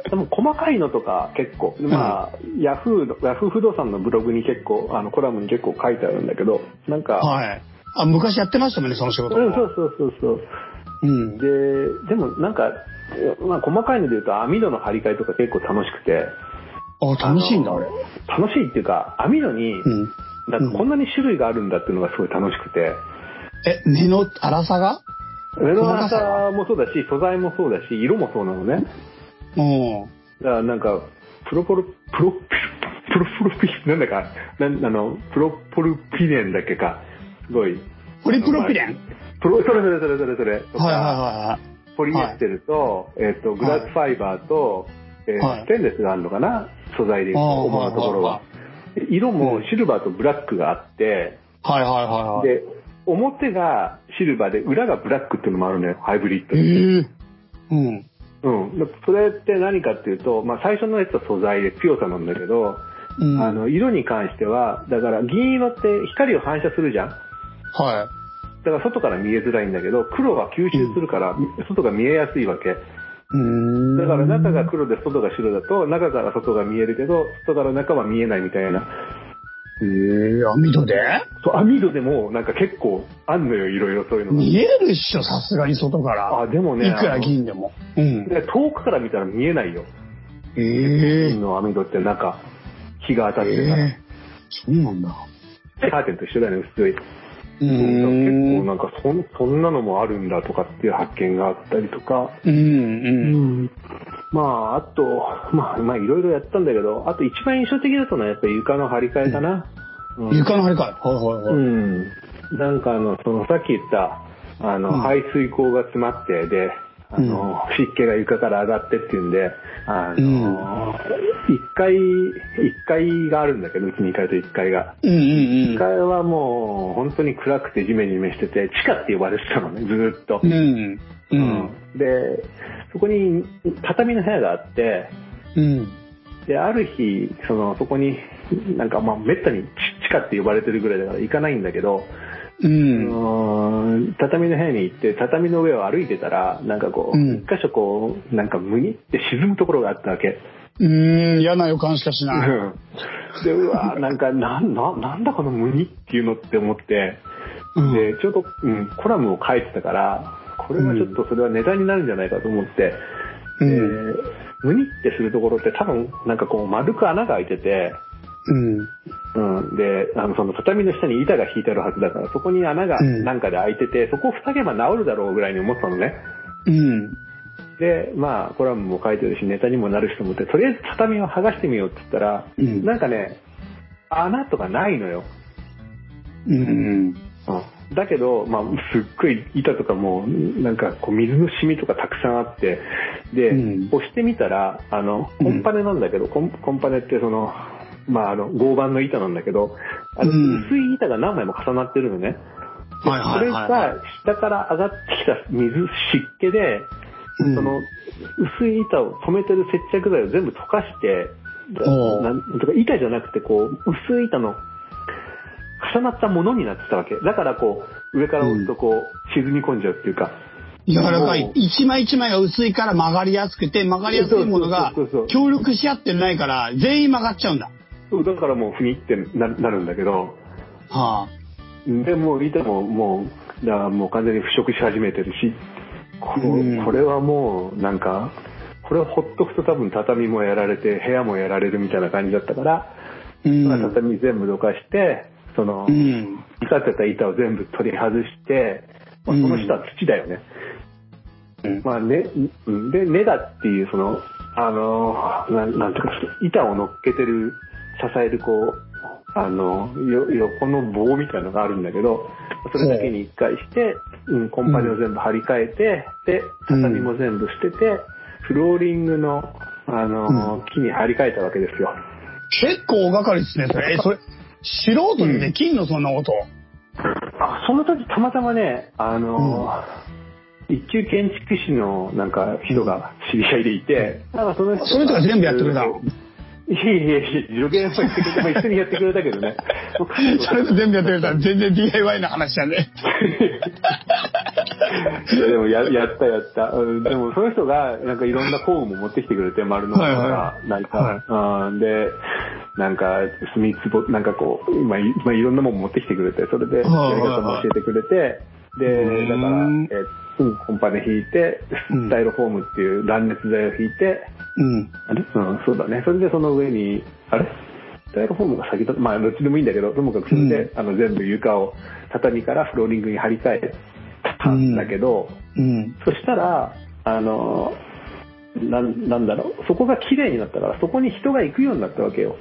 S3: でも細かいのとか結構、まあ、ヤフーの、ヤフー不動産のブログに結構、あの、コラムに結構書いてあるんだけど、なんか、
S1: はい。あ、昔やってましたもんね、その仕
S3: うん、
S1: 事
S3: そ
S1: も。
S3: うそうそうそう。
S1: うん。
S3: で、でもなんか、まあ、細かいので言うと網戸の張り替えとか結構楽しくて。
S1: あ、楽しいんだ、あれ。
S3: あれ。楽しいっていうか、網戸に、
S1: うん。
S3: だってこんなに種類があるんだっていうのがすごい楽しくて。
S1: え、目の粗さが
S3: 上の
S1: 細かさ
S3: 長さもそうだし、素材もそうだし、色もそうなのね。
S1: うん。
S3: だからなんか、プロポロ、プロ、プロプロピ、なんだか、なんあの、プロポルピレンだっけか。すごい。
S1: ポリプロピレン
S3: プロ、それそれそれそれそれ。とか
S1: はいは
S3: ポリエステルと、えっ、と、グラスファイバーと、えー
S1: はい
S3: ステンレスがあるのかな素材で言うと、
S1: あー
S3: 主なところ
S1: は
S3: は。で色もシルバーとブラックがあって、
S1: いはいはい。はいはいはいはい。
S3: で、表がシルバーで、裏がブラックっていうのもあるのよ、ハイブリッド。
S1: ええうん。
S3: うん。でそれって何かっていうと、まあ最初のやつは素材で強さなんだけど、
S1: うん。
S3: あの、色に関しては、だから銀色って光を反射するじゃん
S1: はい。
S3: だから外から見えづらいんだけど、黒は吸収するから、外が見えやすいわけ。
S1: うーん。
S3: だから中が黒で外が白だと、中から外が見えるけど、外から中は見えないみたいな。
S1: えー、網戸で
S3: そう、網戸でもなんか結構あんのよ、いろいろそういうのが。
S1: 見えるっしょ、さすがに外から。
S3: あ、でもね、
S1: いく
S3: あ
S1: ら
S3: の
S1: 銀でも。うん。
S3: で遠くから見たら見えないよ。
S1: ええ
S3: 銀の網戸って中、日が当たってるから。
S1: えそうなんだ。
S3: カーテンと一緒だよね、普通に。
S1: う。
S3: うんんだから結構なんかそん、そんなのもあるんだとかっていう発見があったりとか。
S1: うん、うん。
S3: まあ、あと、まあ、まあ、いろいろやったんだけど、あと一番印象的だったのはやっぱり床の張り替えかな。うん
S1: 床の張り替え。はいは
S3: う
S1: いはい。
S3: ん。なんかあの、そのさっき言った、あの、
S1: うん
S3: 排水口が詰まって、で、あの、湿気が床から上がってっていうんで、あの、一階、一階があるんだけど、うち2階と1階が。
S1: うんうん
S3: 1階はもう本当に暗くてジメジメしてて、地下って呼ばれてたのね、ずーっと。
S1: うん。うん。うん。
S3: で、そこに畳の部屋があって、
S1: うん。
S3: で、ある日、その、そこに、なんかまあ、めったに地地下って呼ばれてるぐらいだから行かないんだけど、
S1: う。
S3: うんーん畳の部屋に行って、畳の上を歩いてたら、なんかこう、
S1: うん
S3: 一箇所こう、なんかむにって沈むところがあったわけ。
S1: うん。嫌な予感しかしない。
S3: で、うわーなんか、なん、な、なんだこのむにっていうのって思って、
S1: うん
S3: で、ちょうど、うん、コラムを書いてたから、これはちょっとそれはネタになるんじゃないかと思って、
S1: うん
S3: でむにってするところって多分、なんかこう、丸く穴が開いてて、
S1: うん。
S3: うん、で、あの、その畳の下に板が引いてあるはずだから、そこに穴が
S1: うん
S3: なんかで開いてて、そこを塞げば治るだろうぐらいに思ってたのね。
S1: うん。
S3: で、まあ、コラムも書いてるし、ネタにもなるしと思って、とりあえず畳を剥がしてみようって言ったら、
S1: うん
S3: なんかね、穴とかないのよ。
S1: うん。
S3: だけど、まあ、すっごい板とかもう、なんかこう、水の染みとかたくさんあって、で、
S1: うん
S3: 押してみたら、あの、コンパネなんだけど、コンコンパネってその、まあ、あの、合板の板なんだけど、あの、
S1: うん
S3: 薄い板が何枚も重なってるのね。
S1: はい
S3: そ
S1: はい
S3: れ
S1: はいはい。
S3: が、下から上がってきた水、湿気で、
S1: うん
S3: その、薄い板を留めてる接着剤を全部溶かして、
S1: おう
S3: なんとか板じゃなくて、こう、薄い板の重なったものになってたわけ。だからこう、上から押すとこう、沈み込んじゃうっていうか、
S1: 柔らかい。一枚一枚が薄いから曲がりやすくて、曲がりやすいものが
S3: そうそうそうそう
S1: 協力し合ってないから、全員曲がっちゃうんだ。
S3: そうだからもう、ふにってななるんだけど、
S1: はあ。
S3: でもう板ももうだからもう完全に腐食し始めてるしこ
S1: うん
S3: これはもうなんかこれをほっとくと多分畳もやられて部屋もやられるみたいな感じだったから、
S1: うん。
S3: まあ畳全部どかしてその、
S1: うん。
S3: 使ってた板を全部取り外して、まあ、
S1: うん
S3: その下は土だよね、
S1: うん
S3: まあね、うんで根だっていうそのあのなんなんていうか板を乗っけてる支えるこうあのよ横の棒みたいなのがあるんだけどそれだけに一回して、うん、コンパネを全部張り替えて、で畳も全部捨てて、フローリングのあの、木に張り替えたわけですよ。
S1: 結構大掛かりですね、それ。え、それ、素人にできんの、そんなこと。
S3: あその時たまたまね、あのー一級建築士のなんか人が知り合いでいて、なんかその人
S1: その人が全部やってくれたの
S3: いやいやいや、助言は言ってくれて、まあ一緒にやってくれたけ どね。もう彼女
S1: それと全部やってるから、全然 DIY の話じゃね。
S3: い やでもややったやった、うん、でもその人がなんかいろんな工具も持ってきてくれて丸のとか
S1: は
S3: なんか、
S1: は
S3: うん、でなんか墨つぼなんかこう今い,、まあ、いろんなもん持ってきてくれてそれでやり
S1: はいはいはい
S3: 方も教えてくれて
S2: う
S3: でだから
S2: ん
S3: えうん本パで引いて
S1: うん
S3: スタイロフォームっていう断熱材を引いて、
S1: うん。
S3: あれうん、そうだね。それでその上に、あれスタイロフォームが先だまあ、どっちでもいいんだけど、ともかくそれで、あの、全部床を畳からフローリングに張り替えたんだけど、
S1: うん。
S3: そしたら、あの、なんなんだろう、そこが綺麗になったから、そこに人が行くようになったわけよ。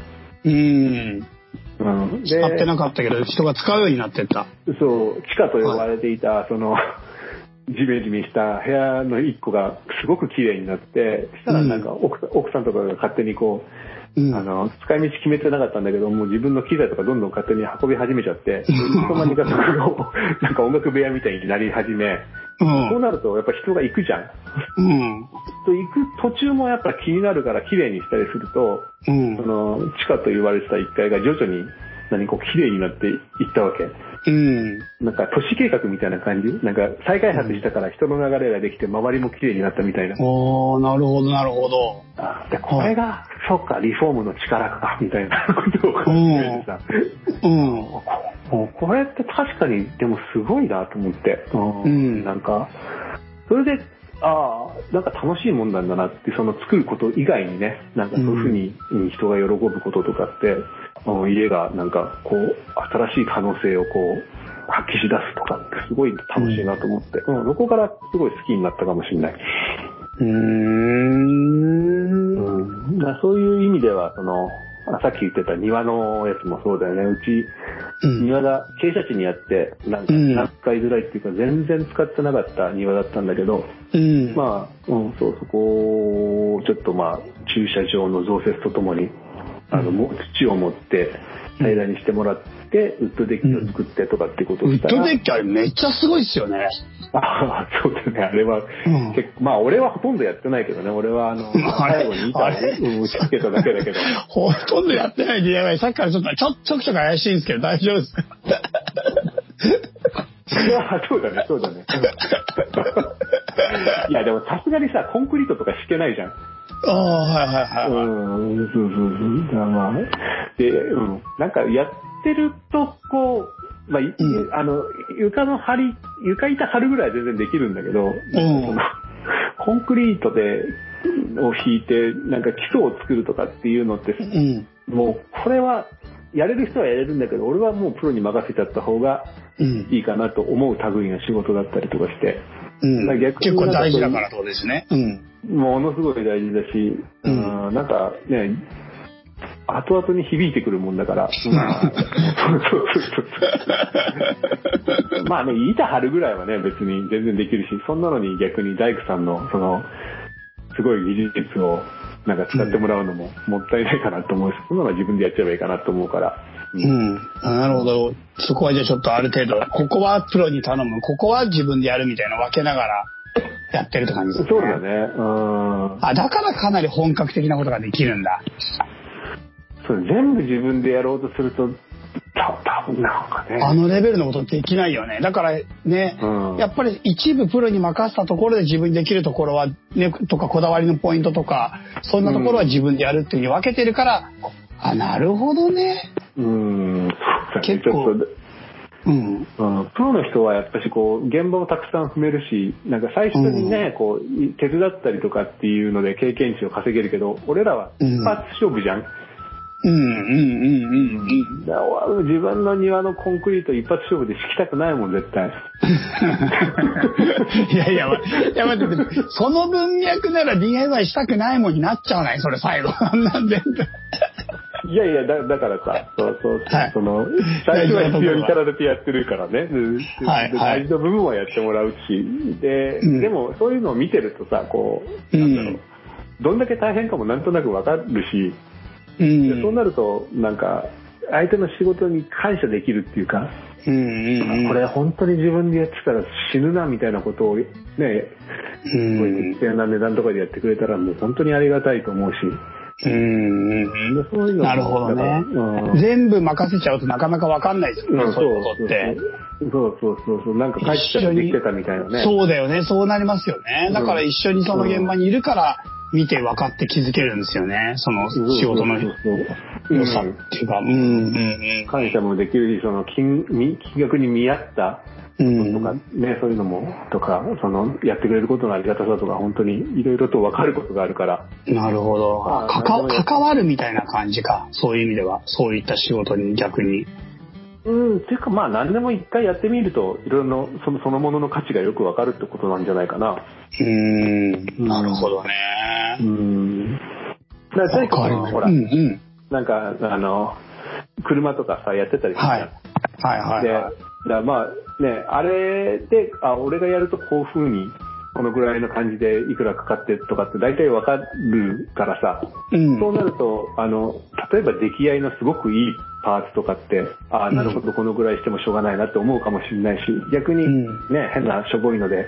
S1: うん。
S3: うん。で
S1: 使ってなかったけど、人が使うようになってった。
S3: そう、地下と呼ばれていた、その、 ジメジメした部屋の一個がすごく綺麗になって、したらなんか奥,、奥さんとかが勝手にこう、
S1: うん
S3: あの、使い道決めてなかったんだけど、もう自分の機材とかどんどん勝手に運び始めちゃって、いつの間にかそこがなんか音楽部屋みたいになり始め、
S1: う。
S3: そうんなるとやっぱ人が行くじゃん。
S1: うん。
S3: と行く途中もやっぱ気になるから綺麗にしたりすると、
S1: う
S3: そ
S1: ん。
S3: の地下と言われてた1階が徐々に何こう綺麗になっていったわけ。
S1: うん。
S3: なんか都市計画みたいな感じなんか再開発したから人の流れができて周りも綺麗になったみたいな。
S1: おー、なるほど、なるほど。
S3: あでこれが、そうか、リフォームの力か、みたいなことを考えてさ、
S1: うん。
S3: もうこれって確かに、でもすごいなと思って、うん
S1: うん
S3: なんか、それで、ああ、なんか楽しいもんなんだなって、その作ること以外にね、なんかそういうふうにうん人が喜ぶこととかって、うん家がなんかこう、新しい可能性をこう、発揮し出すとかってすごい楽しいなと思って、うん、そこからすごい好きになったかもしれない。
S1: うーん。
S3: うん、だからそういう意味ではそのあさっき言ってた庭のやつもそうだよねうち、
S1: うん
S3: 庭が傾斜地にあってなんか
S1: うん
S3: なんか使いづらいっていうか全然使ってなかった庭だったんだけど、
S1: うん。
S3: まあ、うん、そうそこをちょっとまあ駐車場の増設とともにあの、も土を持って平らにしてもらって、ウッドデッキを作ってとかってことを
S1: ウ
S3: し
S1: ッ
S3: たら、
S1: ドデッキあれめっちゃすごいっすよね。
S3: ああ、そうだね。あれは、
S1: ん
S3: 結構、まあ、俺はほとんどやってないけどね。俺は、あ の、
S1: あれ
S3: 最後に板を
S1: あれ
S3: うん打ち付けただけだけど。
S1: ほとんどやってない DIY。さっきからちょっと、ちょ、ちょくちょく怪しいんですけど、大丈夫ですか
S3: あそうだね、そうだね。いや、でもさすがにさ、コンクリートとか敷けないじゃん。
S1: ああ、はいはいはい。
S3: うん、そうそうそう。だからまあ、で、うん、なんかやってると、こう、まあ、い
S1: うん
S3: あの、床の張り、床板張るぐらいは全然できるんだけど、
S1: うん
S3: コンクリートで、を敷いて、なんか基礎を作るとかっていうのって、
S1: うん。
S3: もう、これは、やれる人はやれるんだけど、俺はもうプロに任せちゃった方が
S1: うん。
S3: いいかなと思う類の仕事だったりとかして、
S1: うん
S3: まあ逆に
S1: 結構大事だからってことですね。うん。
S3: ものすごい大事だし、
S1: う
S3: う
S1: ん
S3: ん、なんかね、後々に響いてくるもんだから、まあ、そうそうそうそう。まあね、板張るぐらいはね、別に全然できるし、そんなのに逆に大工さんの、その、すごい技術を、なんか使ってもらうのももったいないかなと思うし、そんなのは自分でやっちゃえばいいかなと思うから。
S1: うん。あなるほど。そこはじゃあちょっとある程度、ここはプロに頼む、ここは自分でやるみたいなの分けながらやってるって感じですね。
S3: そうだね、うん。
S1: あ、だからかなり本格的なことができるんだ。
S3: そう全部自分でやろうとするとた多分なんかね
S1: あのレベルのことできないよね。だからね、
S3: うん
S1: やっぱり一部プロに任せたところで自分できるところは、ね、とかこだわりのポイントとか、そんなところは自分でやるっていうふうに分けてるから、あ、なるほどね。
S3: うんそうですね
S1: 結構
S3: ちょっと
S1: うん。
S3: うん、プロの人はやっぱしこう現場をたくさん踏めるしなんか最初にね、こうい手伝ったりとかっていうので経験値を稼げるけど俺らは
S1: うん
S3: 一発勝負じゃん、
S1: うんうんうんうん うん。
S3: だから自分の庭のコンクリート一発勝負で敷きたくないもん絶対
S1: いやいや、まいや待って待って、その文脈なら DIY したくないもんになっちゃわないそれ最後。 なんで。
S3: いやいやだだからさそうそう、
S1: はい
S3: その最初は必要にかられてやってるからね、で
S1: はい
S3: で
S1: はい
S3: 大事な部分はやってもらうしで、
S1: うん
S3: でもそういうのを見てるとさこうなんだろう、
S1: うん
S3: どんだけ大変かもなんとなくわかるし
S1: う。
S3: でそうなんるとなんか相手の仕事に感謝できるっていうか、
S1: うんうんうん。
S3: これ本当に自分でやってたら死ぬなみたいなことをね
S1: う
S3: こうんいう適正な値段とかでやってくれたらもう本当にありがたいと思うし
S1: うん
S3: で
S1: う。
S3: そういうんの
S1: なるほどね
S3: だからうん。
S1: 全部任せちゃうとなかなかわかんないですよね、そういうことって。
S3: そうそうそうそうなんか帰ってきたらできてたみたいなね
S1: そうだよね、そうなりますよね。だから
S3: うん
S1: 一緒にその現場にいるから、見て分かって気づけるんですよね、その
S3: そうそう
S1: 仕事の
S3: そう
S1: 良
S3: そううん
S1: さっていうか。うんうん
S3: 感謝もできるしその金み金額に見合った
S1: うん。
S3: と
S1: う
S3: か
S1: ん。
S3: ね、そういうのも、とか、その、やってくれることのありがたさとか、本当にいろいろと分かることがあるから、
S1: なるほど。
S3: はい
S1: か
S3: なんでもい
S1: か
S3: い
S1: 関わるみたいな感じか、そういう意味では。そういった仕事に逆に。
S3: うん、っていうかまあ何でも一回やってみると、いろいろなそのそのものの価値がよく分かるってことなんじゃないかな。
S1: うん。なるほど
S3: う
S1: ね。
S3: ん。だから、
S1: わかる
S3: ほら、
S1: うんうん。
S3: なんか、あの、車とかさ、やってたりするじゃん
S1: はい。はいはい
S3: で、
S1: は
S3: だ
S1: い。
S3: からまあね、あれで、あ、俺がやるとこういう風に、このぐらいの感じでいくらかかってとかって大体分かるからさ、
S1: うん。
S3: そうなると、あの、例えば出来合いのすごくいいパーツとかって、ああ、なるほど、このぐらいしてもしょうがないなって思うかもしれないし、逆に
S1: うん
S3: ね、変なしょぼいので、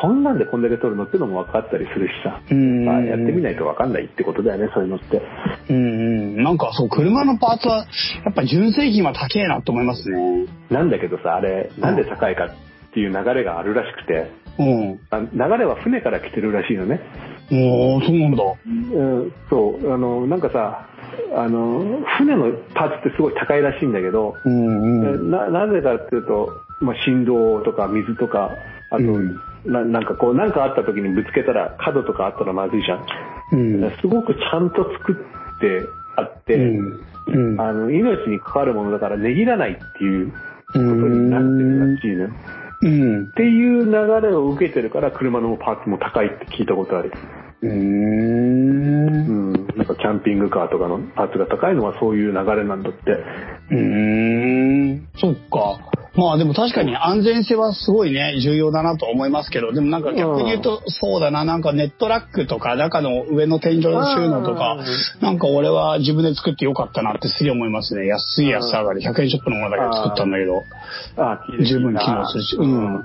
S3: こんなんでこんだけ取るのってのも分かったりするしさ、
S1: うん
S3: まあ、やってみないと分かんないってことだよね、そういうのって。
S1: うんうん。なんかそう、車のパーツは、やっぱ純正品は高えなと思いますね。
S3: なんだけどさ、あれ、なんで高いかっていう流れがあるらしくて、
S1: うん。
S3: あ流れは船から来てるらしいのね。
S1: おおそうなんだ。
S3: うん、そう、あの、なんかさ、あの、船のパーツってすごい高いらしいんだけど、
S1: うんうん。
S3: ななぜかっていうと、まあ、振動とか水とかあと、
S1: うん
S3: ななんかこうなんかあった時にぶつけたら角とかあったらまずいじゃん、
S1: うん。
S3: すごくちゃんと作ってあって、
S1: うん。
S3: あの命に関わるものだからねぎらないっていうことになってるらしいのよ
S1: うん。
S3: っていう流れを受けてるから車のパーツも高いって聞いたことある、
S1: うん。
S3: うん、なんかキャンピングカーとかのパーツが高いのはそういう流れなんだって
S1: うーん、そっか。まあでも確かに安全性はすごいね、重要だなと思いますけど、でもなんか逆に言うと、そうだな、なんかネットラックとか中の上の天井の収納とか
S3: うん、
S1: なんか俺は自分で作ってよかったなってすげえ思いますね。安い安上がり、100円ショップのものだけど作ったんだけど、
S3: ああ聞いて
S1: 十分機能するし、うん。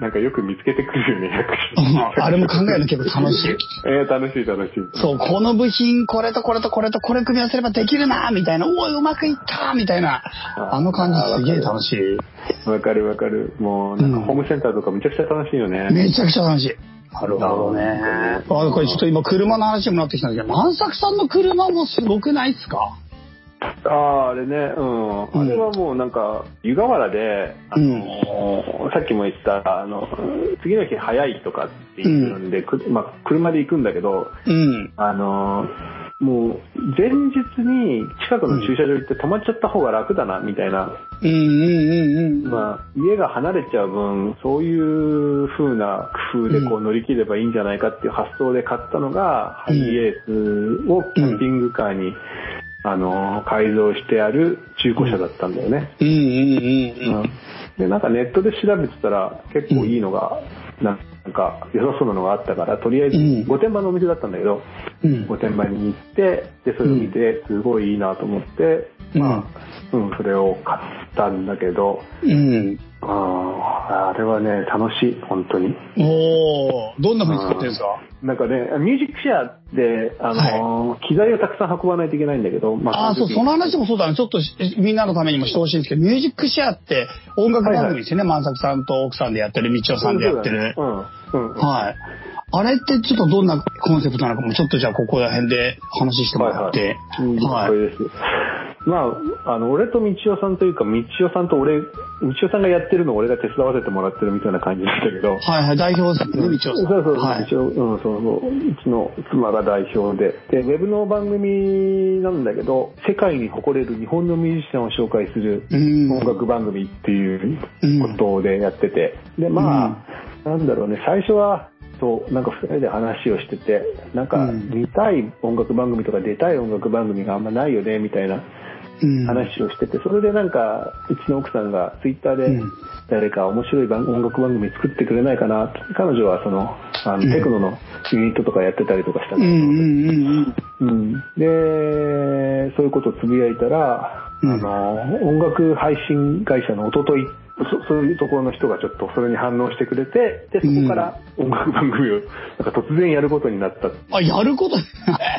S3: なんかよく見つけてくるよね役所
S1: あれも考えるの結構楽しい。
S3: えー、楽しい楽しい。
S1: そう、この部品、これとこれとこれとこれ組み合わせればできるな、みたいな、おい、うまくいった、みたいな、あの感じすげえ楽しい。
S3: わかるわかる。もう、なんか
S1: うん
S3: ホームセンターとかめちゃくちゃ楽しいよね。
S1: めちゃくちゃ楽しい。なるほどね。あ、これちょっと今車の話にもなってきたんですけど、万作さんの車もすごくないっすか
S3: ああ、あれね、うん。
S1: うん
S3: あれはもうなんか、湯河原で、あの、さっきも言った、あの、次の日早いとかっていうので、くまあ、車で行くんだけど、
S1: うん。
S3: あの、もう、前日に近くの駐車場行って止まっちゃった方が楽だな、みたいな
S1: うんうんうんうん。
S3: まあ、家が離れちゃう分そういう風な工夫でこう乗り切ればいいんじゃないかっていう発想で買ったのが、
S1: うん
S3: ハイエースをキャンピングカーに、あの改造してある中古車だったんだよね、
S1: うんうんうんうん。
S3: でなんかネットで調べてたら結構いいのが、なんか良さそうなのがあったからとりあえず
S1: うん
S3: 御殿場のお店だったんだけど
S1: うん
S3: 御殿場に行ってでそれを見てすごいいいなと思って、
S1: ま
S3: うん、それを買ったんだけど
S1: あ。うん。
S3: あーあれはね、楽しい、本当に。
S1: おおどんな風に作ってるんですか
S3: なんかね、ミュージックシェアで、あのー機材をたくさん運ばないといけないんだけど、ま
S1: ああ、そう、その話もそうだね。ちょっとしみんなのためにもしてほしいんですけど、ミュージックシェアって音楽番組ですよね。万作さんと奥さんでやってる、道夫さんでやってる。
S3: うん。うん。うん
S1: はい。あれってちょっとどんなコンセプトなのかも、ちょっとじゃあここら辺で話してもらって。
S3: うん
S1: はい。
S3: これです。まあ、あの、俺と道夫さんというか、道夫さんと俺、道夫さんがやってるのを俺が手伝わせてもらってるみたいな感じなんだけど、
S1: はいはい、代表ですね、道夫さん。
S3: そうそう、
S1: はい。
S3: 一応、うん、そうそう、うちの妻が代表で。で、ウェブの番組なんだけど、世界に誇れる日本のミュージシャンを紹介する
S1: うん。
S3: 音楽番組っていうことでやってて。で、
S1: うん
S3: まあ、なんだろうね、最初は、そう、なんか二人で話をしてて、なんか
S1: うん
S3: 見たい音楽番組とか出たい音楽番組があんまないよね、みたいな
S1: うん。
S3: 話をしてて、それでなんか、うちの奥さんがツイッターで
S1: うん、
S3: 誰か面白い番音楽番組作ってくれないかなって、彼女はその、あの
S1: うん
S3: テクノのユニットとかやってたりとかした
S1: うんんう
S3: だけど
S1: んうん
S3: うんで、そういうことをつぶやいたら、
S1: うん
S3: あの、音楽配信会社のおととい、そそういうところの人がちょっとそれに反応してくれて、で、そこから音楽番組をなんか突然やることになったって
S1: うん。あ、やること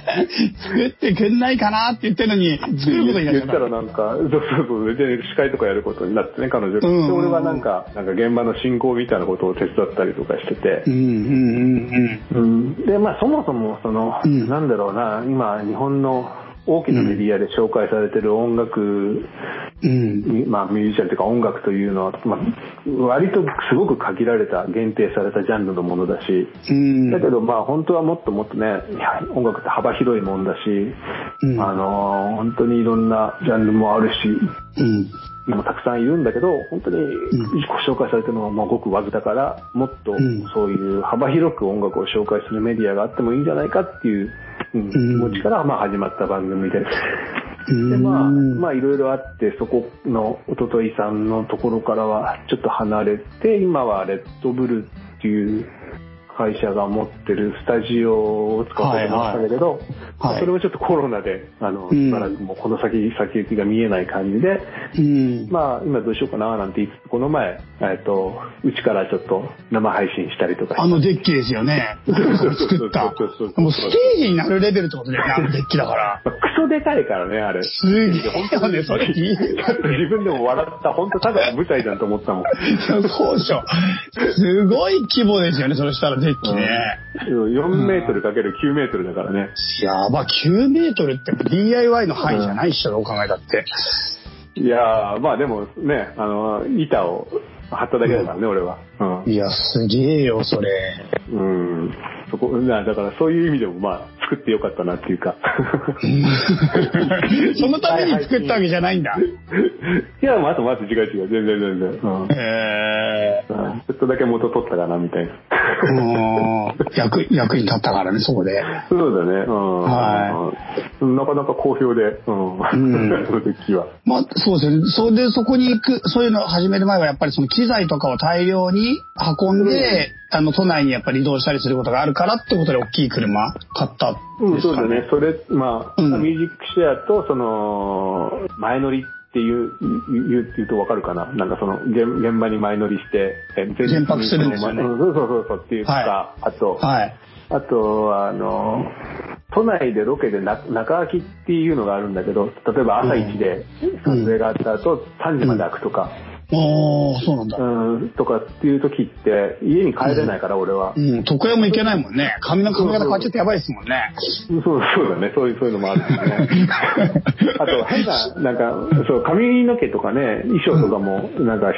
S1: 作ってくんないかなって言ってるのに、作ることになっ
S3: 言
S1: ち
S3: っ
S1: ゃ
S3: た
S1: っ
S3: らなんか、そうそうそう、で、司会とかやることになってね、彼女。で、
S1: うんうんうん
S3: 俺はなんか、なんか現場の進行みたいなことを手伝ったりとかしてて
S1: た。う、んうんうん
S3: うん、で、まあそもそも、その、
S1: うん
S3: なんだろうな、今、日本の大きなメディアで紹介されてる音
S1: う
S3: 楽、
S1: ん。うん。
S3: まあミュージシャンというか音楽というのは、まあ、割とすごく限られた、限定されたジャンルのものだし、
S1: うん。
S3: だけどまあ本当はもっともっとね、いや音楽って幅広いもんだし、
S1: うん
S3: あのー本当にいろんなジャンルもあるし、
S1: うん。
S3: もうたくさんいるんだけど、本当にご紹介されてるのはまあごくわずかだから、もっと
S1: うん
S3: そういう幅広く音楽を紹介するメディアがあってもいいんじゃないかっていう、うん、気
S1: うん
S3: 持ちからまあ始まった番組で。
S1: うん
S3: でまあ、まあいろいろあって、そこのおとといさんのところからはちょっと離れて、今はレッドブルっていう会社が持ってるスタジオを使ってもらったんだけど、
S1: はいはい
S3: それもちょっとコロナで、あの、
S1: うん
S3: しばらくもうこの先、先行きが見えない感じで、
S1: うん。
S3: まあ今どうしようかななんて言いつつこの前、えっと、うちからちょっと生配信したりとかして
S1: あのデッキですよね。作った
S3: そうそうそう。そう
S1: もうステージになるレベルってことだよね、あのデッキだから。
S3: まあクソでかいからね、あ れ。
S1: すげえよね、それ。
S3: だって自分でも笑った、本当ただの舞台だと思ったもん。
S1: そうでしょ。すごい規模ですよね、それしたらデッキね。
S3: 4メートルかける9メートルだからね。
S1: やば、9メートルって DIY の範囲じゃないっしょ、どう考えたって。
S3: いやー、まあでもね、あの、板を貼っただけだからね、俺は。うん
S1: いや、すげえよ、それ。
S3: うん。そこ、なだからそういう意味でもまあ、作ってよかったなっていうか。
S1: そのために作ったわけじゃないんだ。
S3: いや、まあ、あとまず違う違う、全然全然。うん
S1: えー
S3: うんちょっとだけ元取ったかなみたいな。
S1: うん役役に立ったからね、そこで。
S3: そうだね。うん。
S1: は
S3: うんなかなか好評で、うん。
S1: ん
S3: その時は。
S1: まあ、そうですよね。それで、そこに行く、そういうのを始める前は、やっぱりその機材とかを大量に運んで、あの、都内にやっぱり移動したりすることがあるからってことで、大きい車買ったん
S3: うん、
S1: です
S3: そう
S1: か
S3: だ
S1: ね。
S3: ね。それ、ま
S1: う
S3: あ、
S1: ん
S3: ミュージックシェアと、その、前乗りっていう、言う、言うとわかるかななんかその、現現場に前乗りして、え前日に
S1: 前泊するんですよね
S3: うんそうそうそうそうっていうか、
S1: は
S3: あと、
S1: はい。
S3: あとは、あの、都内でロケでな中空きっていうのがあるんだけど、例えば朝一で撮影があった後、3時まで開くとか、
S1: おー、そうなんだ。
S3: うん、とかっていう時って、家に帰れないから、俺は
S1: う。ん、床屋も行けないもんね。髪の髪型変わっちゃってやばいですもんね。
S3: そうそうだね、そういう、そういうのもあるし ね。 あと、変な、なんか、そう、髪の毛とかね、衣装とかも、なんか、し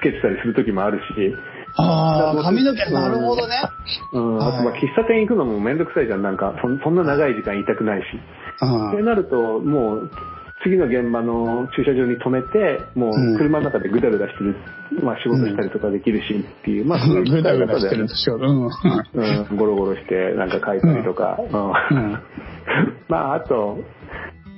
S3: つけてたりする時もあるし、
S1: あー、髪の毛、なるほどね。
S3: うん、あと、まあ、
S1: はい
S3: 喫茶店行くのもめんどくさいじゃん、なんか、そんそんな長い時間いたくないし。
S1: う
S3: って
S1: ん。
S3: なると、もう、次の現場の駐車場に止めて、も
S1: うん
S3: う車の中でぐだぐだしてる、まあ仕事したりとかできるしっていう、まあそういう
S1: ぐだぐだしてるんですよ。うん。
S3: うん、ゴロゴロしてなんか書いたりとか、
S1: う
S3: うん
S1: ん。
S3: まああと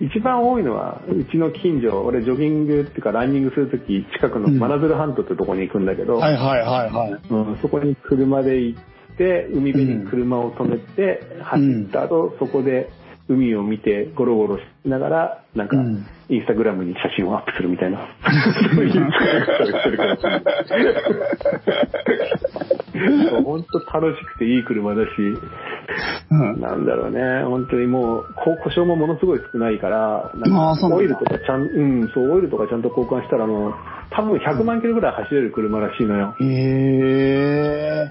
S3: 一番多いのはうちの近所俺ジョギングっていうかランニングするとき近くの
S1: うん
S3: 真鶴半島ってとこに行くんだけど、
S1: はいはいはいはい。
S3: うん、そこに車で行って海辺に車を止めて走った後、そこで海を見てゴロゴロしながらなんか
S1: うん
S3: インスタグラムに写真をアップするみた いな、そういう使い方をしてるから本当楽しくていい車だし
S1: うん。
S3: なんだろうね、本当にもう、こ故障もものすごい少ないから、
S1: あ
S3: な
S1: ー
S3: ん
S1: そ
S3: か
S1: うなんだ
S3: オイルとかちゃん、うん、そう、オイルとかちゃんと交換したら、あの、多分100万キロぐらい走れる車らしいのよ。
S1: え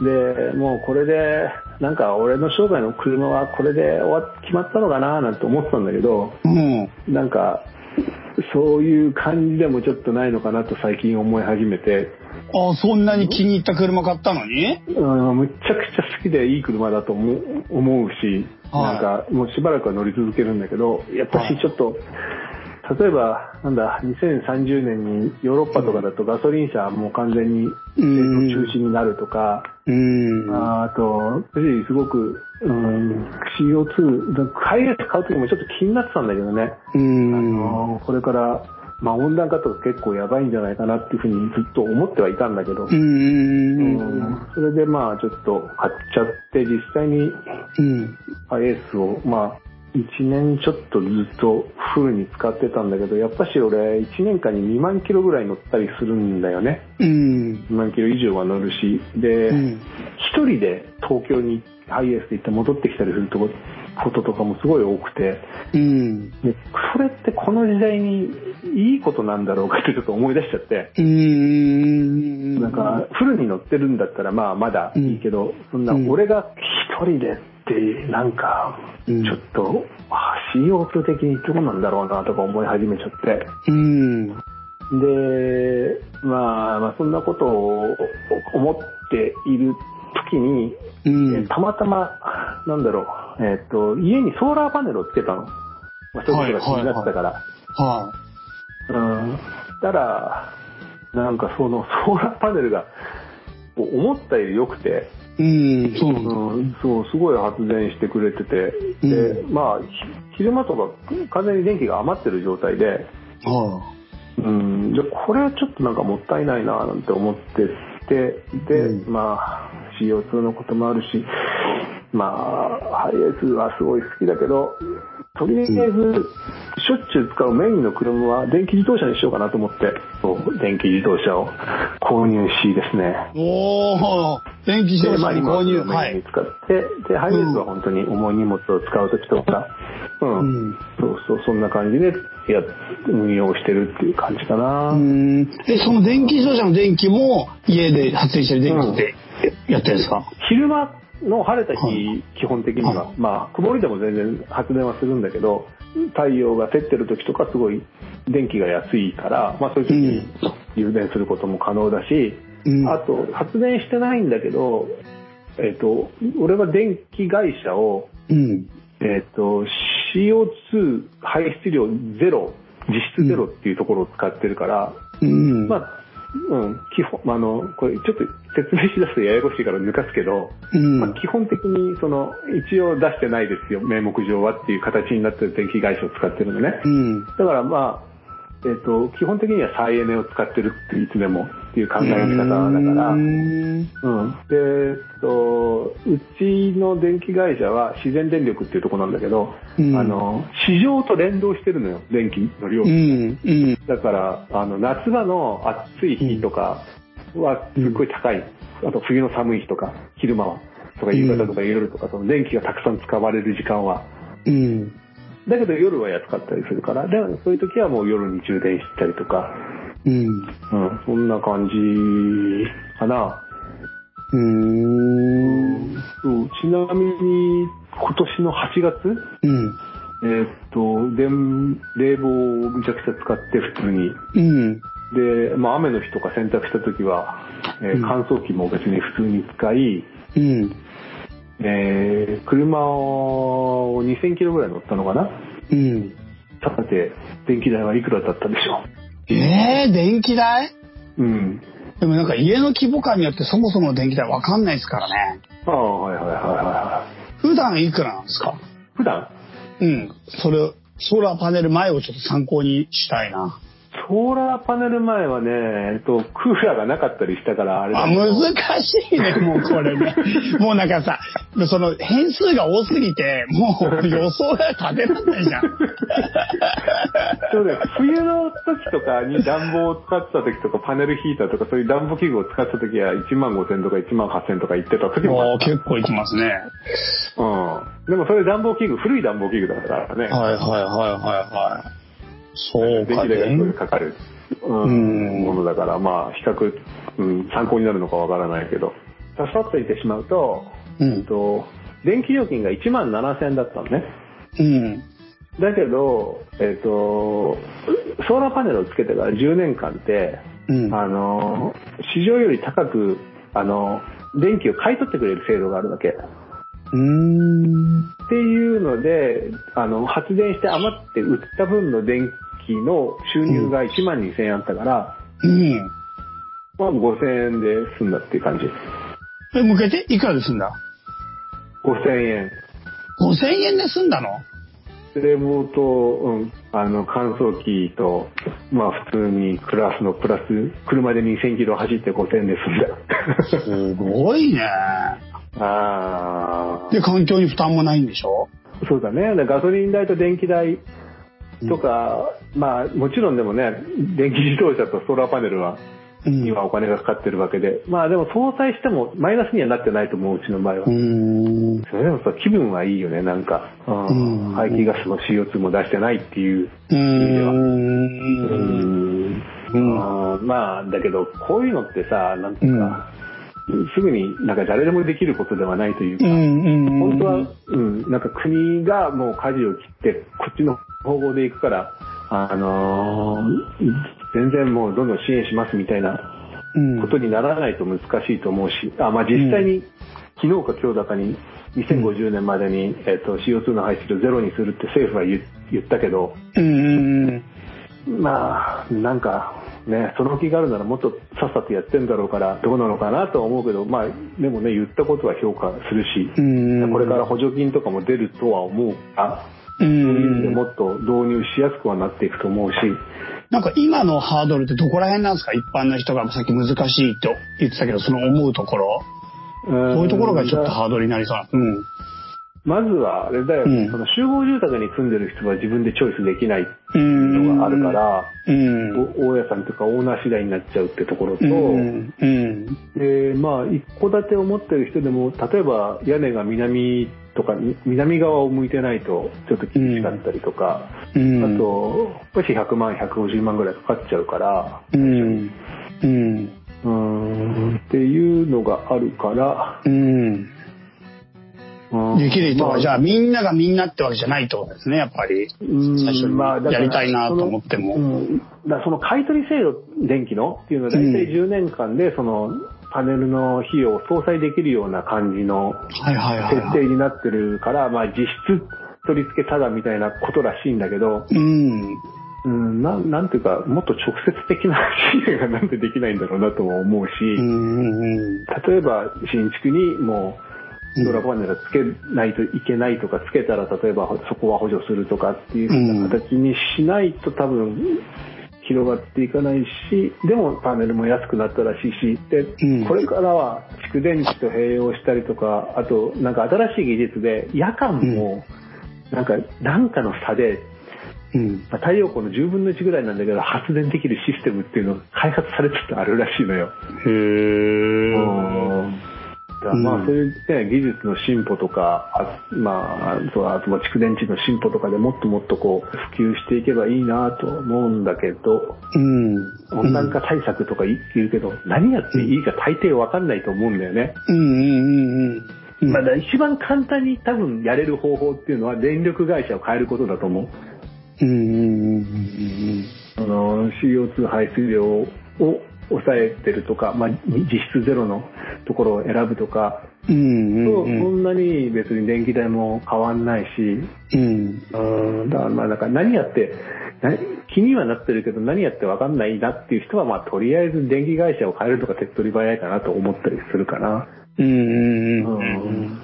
S3: で、もうこれで、なんか俺の生涯の車はこれで終わっ決まったのかななんて思ってたんだけど、
S1: ー。うん。
S3: なんか、そういう感じでもちょっとないのかなと最近思い始めて、
S1: あ、そんなに気に入った車買ったのに
S3: うん、むちゃくちゃ好きでいい車だと思う思うし、
S1: はい
S3: なんかもうしばらくは乗り続けるんだけど、やっぱ
S1: は
S3: し
S1: い
S3: ちょっと、例えば、なんだ、2030年にヨーロッパとかだとガソリン車はもう完全に
S1: うん
S3: 中止になるとか、
S1: うん。
S3: ああと、やっぱりすごく、うん、CO2、IS 買う時もちょっと気になってたんだけどね、
S1: うん。
S3: あのこれから、まあ、温暖化とか結構やばいんじゃないかなっていうふうにずっと思ってはいたんだけど、
S1: うん。
S3: それでまあちょっと買っちゃって実際に
S1: うん。
S3: アイエースをまあ1年ちょっとずっとフルに使ってたんだけどやっぱし俺1年間に2万キロぐらい乗ったりするんだよね
S1: うん。
S3: 2万キロ以上は乗るしで、
S1: うん
S3: 1人で東京にハイエースで行って戻ってきたりするとここととかもすごい多くて
S1: うん。
S3: でそれってこの時代にいいことなんだろうかってちょっと思い出しちゃって
S1: うん。
S3: なんか、フルに乗ってるんだったら、まあ、まだいいけど、そんな、
S1: うん
S3: 俺が一人でって、なんか、ち
S1: うん
S3: ょっと、あ CO2 的にどうなんだろうな、とか思い始めちゃって。
S1: うん。
S3: で、まあ、まあ、そんなことを思っている時に、
S1: う
S3: え
S1: ん。
S3: たまたま、なんだろう、えっ、と、家にソーラーパネルをつけたの。まあ、そういうことが気になってたから。
S1: は
S3: うんたら、なんかそのソーラーパネルが、こう思ったより良くて、
S1: い。うん。そうなんだ。
S3: うん、そう、すごい発電してくれてて、で、
S1: う
S3: まあ、ひ昼間とか完全に電気が余ってる状態で、
S1: は
S3: うん、じゃあこれはちょっとなんかもったいないななんて思ってて、で、
S1: う
S3: まあ、CO2 のこともあるし、まあ、ハイエースはすごい好きだけど、とりあえず、しょっちゅう使うメインの車は電気自動車にしようかなと思って、そう電気自動車を購入しですね。
S1: あ。おお。電気自動車
S3: で
S1: に
S3: まあ
S1: 購入。
S3: 今は
S1: は
S3: メインに
S1: い。
S3: 使って、で、ハイエースは本当に重い荷物を使うときとか、うん、
S1: うん
S3: そうそう、そんな感じでやっ、運用してるっていう感じかな。
S1: うん。え、その電気自動車の電気も家で発電してる電気でやってるんですか
S3: 昼間の晴れた日、
S1: はい
S3: 基本的には、
S1: は
S3: まあ曇りでも全然発電はするんだけど太陽が照ってる時とかすごい電気が安いから、まあ、そういう時に充電することも可能だし、
S1: うん
S3: あと発電してないんだけど、えっと俺は電気会社を、
S1: うん。
S3: えっと CO2 排出量ゼロ実質ゼロっていうところを使ってるから、
S1: うん。
S3: まあうん、基本、まああの、これちょっと説明しだすとややこしいから抜かすけど、
S1: うん
S3: まあ、基本的にその一応出してないですよ名目上はっていう形になってる電気会社を使ってるのね、
S1: うん。
S3: だからまあ、えっと基本的には再エネを使ってるっていういつでもっていう考えの仕方だから、
S1: うん。
S3: うん、で、えっと、うちの電気会社は自然電力っていうところなんだけど、
S1: うん
S3: あの市場と連動してるのよ電気の量、
S1: うん。うん。
S3: だからあの夏場の暑い日とかはすっごい高い、あと冬の寒い日とか昼間はとか夕方とか夜とかその電気がたくさん使われる時間は
S1: うん。
S3: だけど夜は安かったりするからでそういう時はもう夜に充電したりとか、
S1: うん。
S3: うん、そんな感じかな
S1: うん。
S3: そうちなみに今年の8月
S1: うん。
S3: えーっと電冷房をめちゃくちゃ使って普通に
S1: うん。
S3: で、まあ、雨の日とか洗濯した時は、えー
S1: うん
S3: 乾燥機も別に普通に使い、
S1: うん。
S3: えー車を2000キロぐらい乗ったのかな
S1: うん。
S3: さて電気代はいくらだったでしょ
S1: えー、電気代
S3: ううん
S1: でもなんか家の規模感によってそもそもの電気代わかんないですからね。
S3: ああはいはいはいは
S1: 普段いくらなんですか
S3: い普段
S1: うん。それ、ソーラーパネル前をちょっと参考にしたいな。
S3: ソーラーパネル前はね、えっと、クーラーがなかったりしたから、あれだ
S1: あ、
S3: けど
S1: 難しいね、もうこれ ね。もうなんかさ、その変数が多すぎて、もう予想が立てられないじゃん。
S3: そうだよ冬の時とかに暖房を使ってた時とか、パネルヒーターとか、そういう暖房器具を使ってた時は、1万5000とか1万8000とか言ってた時もあ
S1: も
S3: っ
S1: う結構いきますね。
S3: た。うん。でもそれ暖房器具、古い暖房器具だからね。
S1: はいはいはいはいはい。そう
S3: 電
S1: か、
S3: 気代がすごい
S1: ね。
S3: かかる、う
S1: うん
S3: ん、ものだから、まあ、比較、うん、参考になるのかわからないけど。ささっと言ってしまうと、
S1: う
S3: えっ
S1: ん。
S3: と、電気料金が1万7000円だったのね。
S1: うん。
S3: だけど、えっ、と、ソーラーパネルをつけてから10年間って、
S1: うん。
S3: あの、市場より高く、あの、電気を買い取ってくれる制度があるわけ。
S1: うーん。
S3: っていうので、あの、発電して余って売った分の電気の収入が1万2000円あったから、
S1: うん。
S3: まあ5000円で済んだっていう感じ。
S1: え、向けていくらで済んだ
S3: 5000円。
S1: 5000円で済んだの
S3: 冷房と、うん、あの、乾燥機と、まあ普通にクラスのプラス、車で2000キロ走って5000円で済んだ。
S1: すごいね。
S3: ああ。
S1: で、環境に負担もないんでしょ
S3: そうだね。でガソリン代と電気代とか、まあもちろんでもね、電気自動車とソーラーパネルは、
S1: う
S3: に
S1: ん。
S3: はお金がかかってるわけで、まあでも相殺してもマイナスにはなってないと思う、うちの場合は
S1: う。ーん。
S3: それでもさ、気分はいいよね、なんか。うん
S1: うん
S3: 排気ガスの CO2 も出してないっていう。
S1: うー。
S3: うんんうんまあ、だけど、こういうのってさ、なんていうか、すぐになんか誰でもできることではないという
S1: う
S3: か、
S1: んうん。
S3: 本当は、うん、なんか国がもう舵を切って、こっちの方向で行くから、あのー全然もうどんどん支援しますみたいな
S1: うん、
S3: ことにならないと難しいと思うし、あまあ、実際に、昨日か今日だかに、2050年までに、えっと CO2 の排出量ゼロにするって政府は言う言ったけど、
S1: うんうん
S3: まあ、なんか、ね、その気があるならもっとさっさとやってんだろうから、どうなのかなとは思うけど、まあ、でもね、言ったことは評価するし、
S1: うんうん
S3: これから補助金とかも出るとは思うが、
S1: う
S3: そういう意味で
S1: ん
S3: もっと導入しやすくはなっていくと思うし、
S1: なんか今のハードルってどこら辺なんですか一般の人がさっき難しいと言ってたけどその思うところ
S3: うん
S1: こういうところがちょっとハードルになりそうなうん
S3: まずはあれだよ、
S1: うん
S3: その集合住宅に住んでる人は自分でチョイスできないっ
S1: う
S3: ていうんのがあるから、
S1: うんうん
S3: お大家さんとかオーナー次第になっちゃうってところと、
S1: うんうん
S3: でまあ、一戸建てを持ってる人でも例えば屋根が南とかに南側を向いてないとちょっと厳しかったりとか、
S1: うん
S3: あともし100万150万ぐらいかかっちゃうから
S1: うんうん
S3: うーんっていうのがあるから、
S1: うん
S3: うん
S1: できる人
S3: ま
S1: は
S3: あ
S1: じゃあみんながみんなってわけじゃないってことですねやっぱり
S3: うーん
S1: 最初に
S3: まあだから
S1: やりたいなと思っても
S3: そのうんだからその買い取り制度、電気のっていうのは、大体10年間で、その、パネルの費用を相殺できるような感じの
S1: はいはいはい
S3: 設
S1: は
S3: 定
S1: い
S3: になってるから、まあ実質取り付けただみたいなことらしいんだけど、
S1: うん
S3: うん、ななんていうか、もっと直接的な 支援がなんでできないんだろうなとも思うし、
S1: うんうん
S3: 例えば新築にも
S1: う
S3: うんドラパネルをつけないといけないとかつけたら例えばそこは補助するとかっていうふうな形にしないと多分広がっていかないしでもパネルも安くなったらしいしで
S1: うん
S3: これからは蓄電池と併用したりとかあとなんか新しい技術で夜間もなんかなんかの差で
S1: うん
S3: まあ太陽光の10分の1ぐらいなんだけど発電できるシステムっていうのが開発されつつあるらしいのよ。
S1: へ
S3: だからまあ
S1: うん
S3: そういう、ね、技術の進歩とか、あまあ、そうあとは蓄電池の進歩とかでもっともっとこう普及していけばいいなと思うんだけど、
S1: うん
S3: 温暖化対策とか言うけど、何やっていいか大抵わかんないと思うんだよね。
S1: うんうんうんうん。
S3: まあだから一番簡単に多分やれる方法っていうのは電力会社を変えることだと思う。
S1: うんうんうんうん
S3: あの CO2 排出量を抑えてるとか、まあ、実質ゼロのところを選ぶとか、
S1: うん。うん
S3: そう
S1: う
S3: そ
S1: ん
S3: んなに別に電気代も変わんないし、
S1: うん。
S3: うん、だからまあなんか何やって、な気にはなってるけど何やってわかんないなっていう人は、まあとりあえず電気会社を変えるとか手っ取り早いかなと思ったりするかな。
S1: うんうんうんうん
S3: うん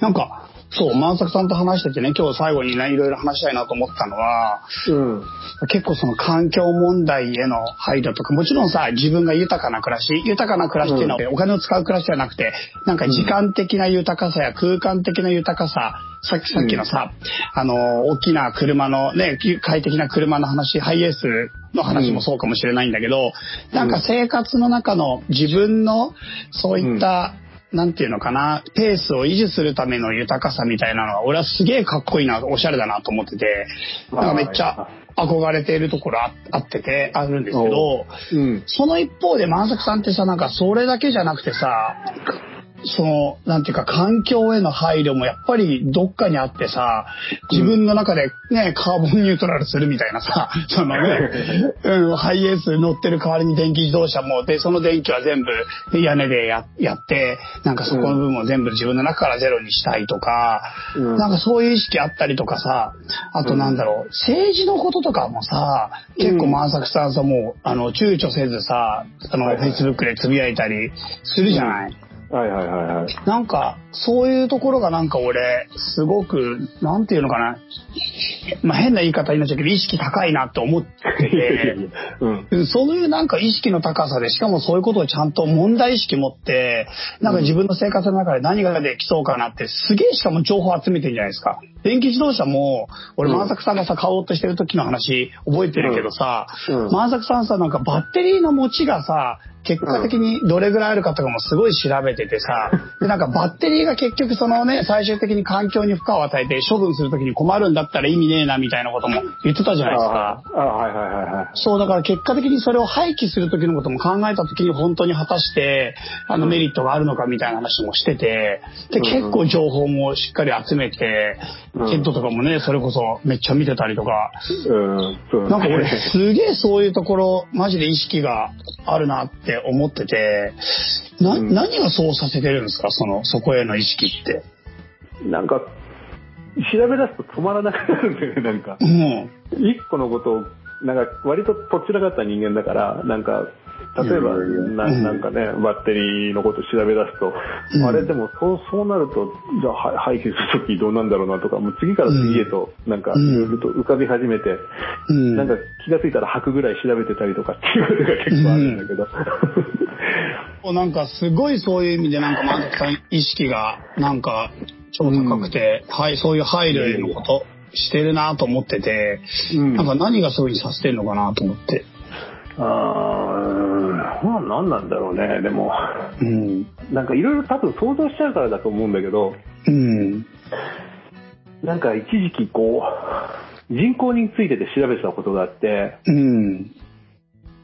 S1: なんか、そう、万作さんと話しててね、今日最後にね、いろいろ話したいなと思ったのは、
S3: うん。
S1: 結構その環境問題への配慮とか、もちろんさ、自分が豊かな暮らし、豊かな暮らしっていうのはお金を使う暮らしじゃなくて、なんか時間的な豊かさや空間的な豊かさ、さっきさっきのさ、あの、大きな車のね、快適な車の話、ハイエースの話もそうかもしれないんだけど、なんか生活の中の自分のそういった、なんていうのかな、ペースを維持するための豊かさみたいなのは、俺はすげえかっこいいな、おしゃれだなと思ってて、なんかめっちゃ憧れているところああってて、あるんですけど、
S3: うん。
S1: その一方で万作さんってさ、なんかそれだけじゃなくてさ、その、なんていうか環境への配慮もやっぱりどっかにあってさ、自分の中でね、カーボンニュートラルするみたいな さ、そのね、うん、ハイエース乗ってる代わりに電気自動車も、で、その電気は全部屋根でややって、なんかそこの部分を全部自分の中からゼロにしたいとか、
S3: うん
S1: なんかそういう意識あったりとかさ、あとなんだろう、政治のこととかもさ、結構万作さんさ、もう、あの、躊躇せずさ、あの、
S3: はいはい
S1: Facebook でつぶやいたりするじゃない、
S3: はいはいはいはい。
S1: なんか、そういうところがなんか俺、すごく、なんていうのかな、まあ変な言い方になっちゃうけど、意識高いなって思ってて、
S3: うん。
S1: うんそういうなんか意識の高さで、しかもそういうことをちゃんと問題意識持って、なんか自分の生活の中で何ができそうかなって、すげえしかも情報集めてるじゃないですか。電気自動車も、俺、
S3: うん
S1: 万作さんがさ、買おうとしてる時の話、覚えてるけどさ、
S3: うん
S1: 万作さんさ、なんかバッテリーの持ちがさ、結果的にどれぐらいあるかとかもすごい調べててさ、で、なんかバッテリーが結局そのね、最終的に環境に負荷を与えて処分する時に困るんだったら意味ねえなみたいなことも言ってたじゃ
S3: あ
S1: ないですか。
S3: あ、はいはいはいはい。
S1: そう、だから結果的にそれを廃棄する時のことも考えた時に本当に果たして、あのメリットがあるのかみたいな話もしてて、で、
S3: うん
S1: 結構情報もしっかり集めて、
S3: うん
S1: テントとかもね、それこそめっちゃ見てたりとか、
S3: うん、そう
S1: なんか俺すげえそういうところ、マジで意識があるなって思ってて、な、
S3: うん
S1: 何がそうさせてるんですかその、そこへの意識って。
S3: なんか、調べ出すと止まらなくなるんだよね、なんか
S1: う。ん。
S3: 一個のことを、なんか、割ととっちらかった人間だから、なんか、例えば、
S2: いやいやいや
S3: な
S1: うん
S3: なんかね、バッテリーのことを調べ出すと、
S1: うん
S3: あれでもそう、そうなると、じゃあは廃棄するときどうなんだろうなとか、もう次から次へと、なんか、
S1: うん
S3: いろいろと浮かび始めて、
S1: うん。
S3: なんか気がついたら吐くぐらい調べてたりとかっていうことが結構あるんだけど。
S1: なんかすごいそういう意味でなんか満足さん意識がなんか超高くて、はい、そういう配慮へのことしてるなと思ってて、
S3: うん
S1: なんか何がそういうふうにさせてるのかなと思って。
S3: あー、なんなんだろうね、でも。
S1: うん。
S3: なんかいろいろ多分想像しちゃうからだと思うんだけど、
S1: うん。
S3: なんか一時期こう、人口についてて調べてたことがあって、
S1: うん。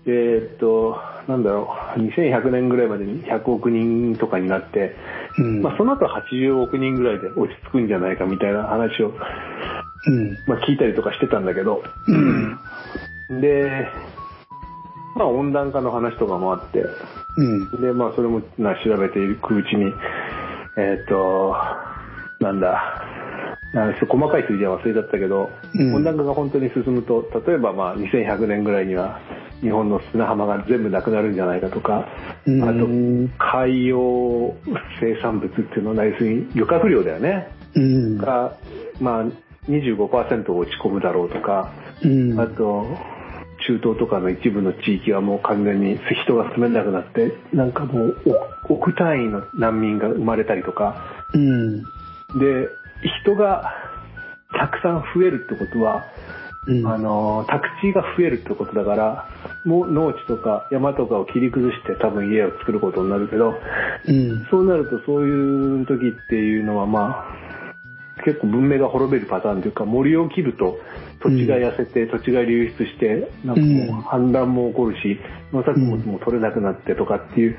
S3: えーっと、なんだろう、2100年ぐらいまでに100億人とかになって、
S1: うん。
S3: まあその後80億人ぐらいで落ち着くんじゃないかみたいな話を、
S1: うん。
S3: まあ聞いたりとかしてたんだけど、
S1: うん。
S3: で、まあ温暖化の話とかもあって、
S1: うん。
S3: で、まあ、それもな調べていくうちに、えっ、と、なんだ、なんか細かい数字は忘れちゃったけど、
S1: うん
S3: 温暖化が本当に進むと、例えばまあ2100年ぐらいには、日本の砂浜が全部なくなるんじゃないかとか、あと
S1: うん、
S3: 海洋生産物っていうのは、要するに漁獲量だよね、
S1: うん。
S3: が、まあ、25%落ち込むだろうとか、
S1: うん。
S3: あと、中東とかの一部の地域はもう完全に人が住めなくなって、なんかもうお億単位の難民が生まれたりとか、
S1: うん。
S3: で、人がたくさん増えるってことは、
S1: うん。
S3: あの、宅地が増えるってことだから、もう農地とか山とかを切り崩して多分家を作ることになるけど、
S1: うん。
S3: そうなるとそういう時っていうのはまあ、結構文明が滅びるパターンというか、森を切ると土地が痩せて、土地が流出して、なんか
S1: うん
S3: もう氾濫も起こるし、農作物も取れなくなってとかっていう、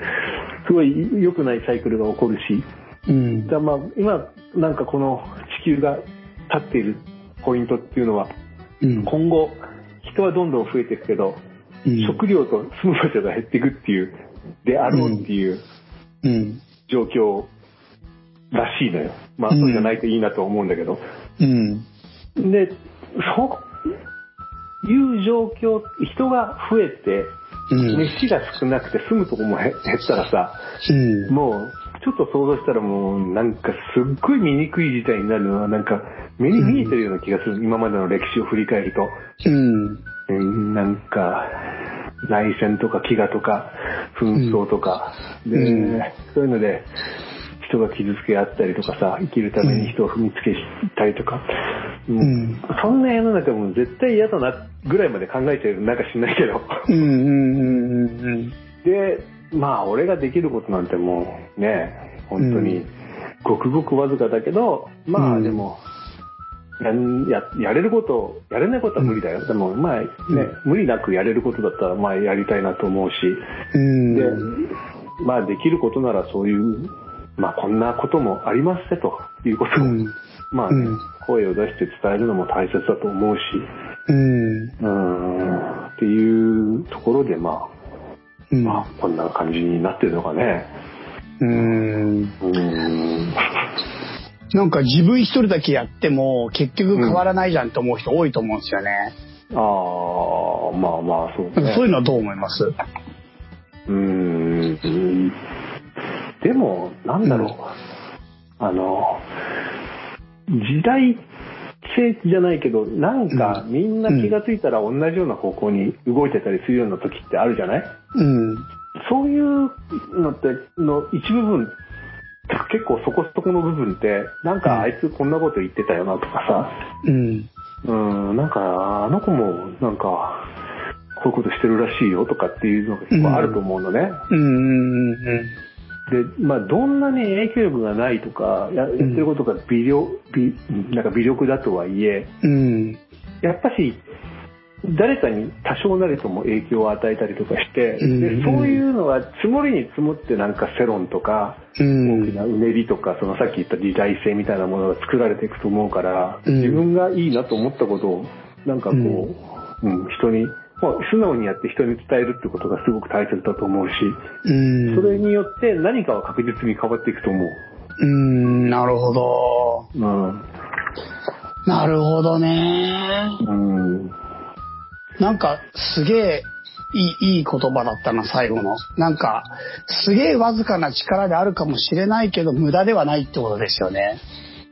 S3: すごい良くないサイクルが起こるし、
S1: うん
S3: だからまあ今なんかこの地球が立っているポイントっていうのは、
S1: うん。
S3: 今後人はどんどん増えていくけど、
S1: うん
S3: 食料と住む場所が減っていくっていう、であろうっていう、
S1: うん。
S3: 状況らしいのよ。まあ、
S1: うん
S3: そうじゃないといいなと思うんだけど。
S1: うん。
S3: で、そういう状況、人が増えて、
S1: うん。
S3: 飯が少なくて住むとこもへ減ったらさ、
S1: うん。
S3: もうちょっと想像したらもう、なんかすっごい醜い事態になるのは、なんか目に見えてるような気がする。今までの歴史を振り返ると。
S1: うん。
S3: うんなんか、内戦とか飢餓とか、紛争とか、で
S1: うん
S3: そういうので、人が傷つけ合ったりとかさ、生きるために人を踏みつけたりとか、うん
S1: ん
S3: そんな世の中も絶対嫌だなぐらいまで考えてるなんか知んないけど。
S1: うんうんうんうんうん。
S3: で、まあ俺ができることなんてもうね、本当
S1: う
S3: に
S1: ん、
S3: ごくごくわずかだけど、ま
S1: う
S3: あ
S1: ん
S3: でも、なんややれること、やれないことは無理だよ。でも、まあね、無理なくやれることだったら、まあやりたいなと思うし、
S1: うん。
S3: で、まあできることならそういう、まあこんなこともありますねということを、
S1: うん
S3: まあね、
S1: うん
S3: 声を出して伝えるのも大切だと思うし、
S1: うん。
S3: うーん、っていうところで、ま
S1: う
S3: あ、
S1: ん。
S3: まあこんな感じになってるのがね、
S1: うん。
S3: うーん。
S1: なんか自分一人だけやっても結局変わらないじゃんって思う人多いと思うんですよね。
S3: ああ、まあまあ、そう
S1: なん
S3: ね。
S1: かそういうのはどう思います
S3: うーん。でも、なんだろう。あの、時代性じゃないけど、なんか
S1: うん
S3: みんな気がついたら同じような方向に動いてたりするような時ってあるじゃない
S1: うん。
S3: そういうのって、の一部分、結構そこそこの部分って、なんかあいつこんなこと言ってたよなとかさ、
S1: うん。
S3: うん、なんか、あの子も、なんか、こういうことしてるらしいよとかっていうのが結構あると思うのね。
S1: うんうんうんうん。
S3: で、まあ、どんなに影響力がないとか、ややってることが微量、微、なんか微力だとはいえ、
S1: うん。
S3: やっぱし、誰かに多少なりとも影響を与えたりとかして、
S1: うん
S3: でそういうのが積もりに積もってなんか世論とか、
S1: う
S3: 大き
S1: ん。
S3: なうねりとか、そのさっき言った時代性みたいなものが作られていくと思うから、
S1: うん
S3: 自分がいいなと思ったことを、なんかこう、うん、人に、まあ、素直にやって人に伝えるってことがすごく大切だと思うし、
S1: うん。
S3: それによって何かは確実に変わっていくと思う。
S1: うん、なるほど。
S3: うん。
S1: なるほどね。
S3: うん。
S1: なんか、すげえ、いい、いい言葉だったな、最後の。なんか、すげえわずかな力であるかもしれないけど、無駄ではないってことですよね。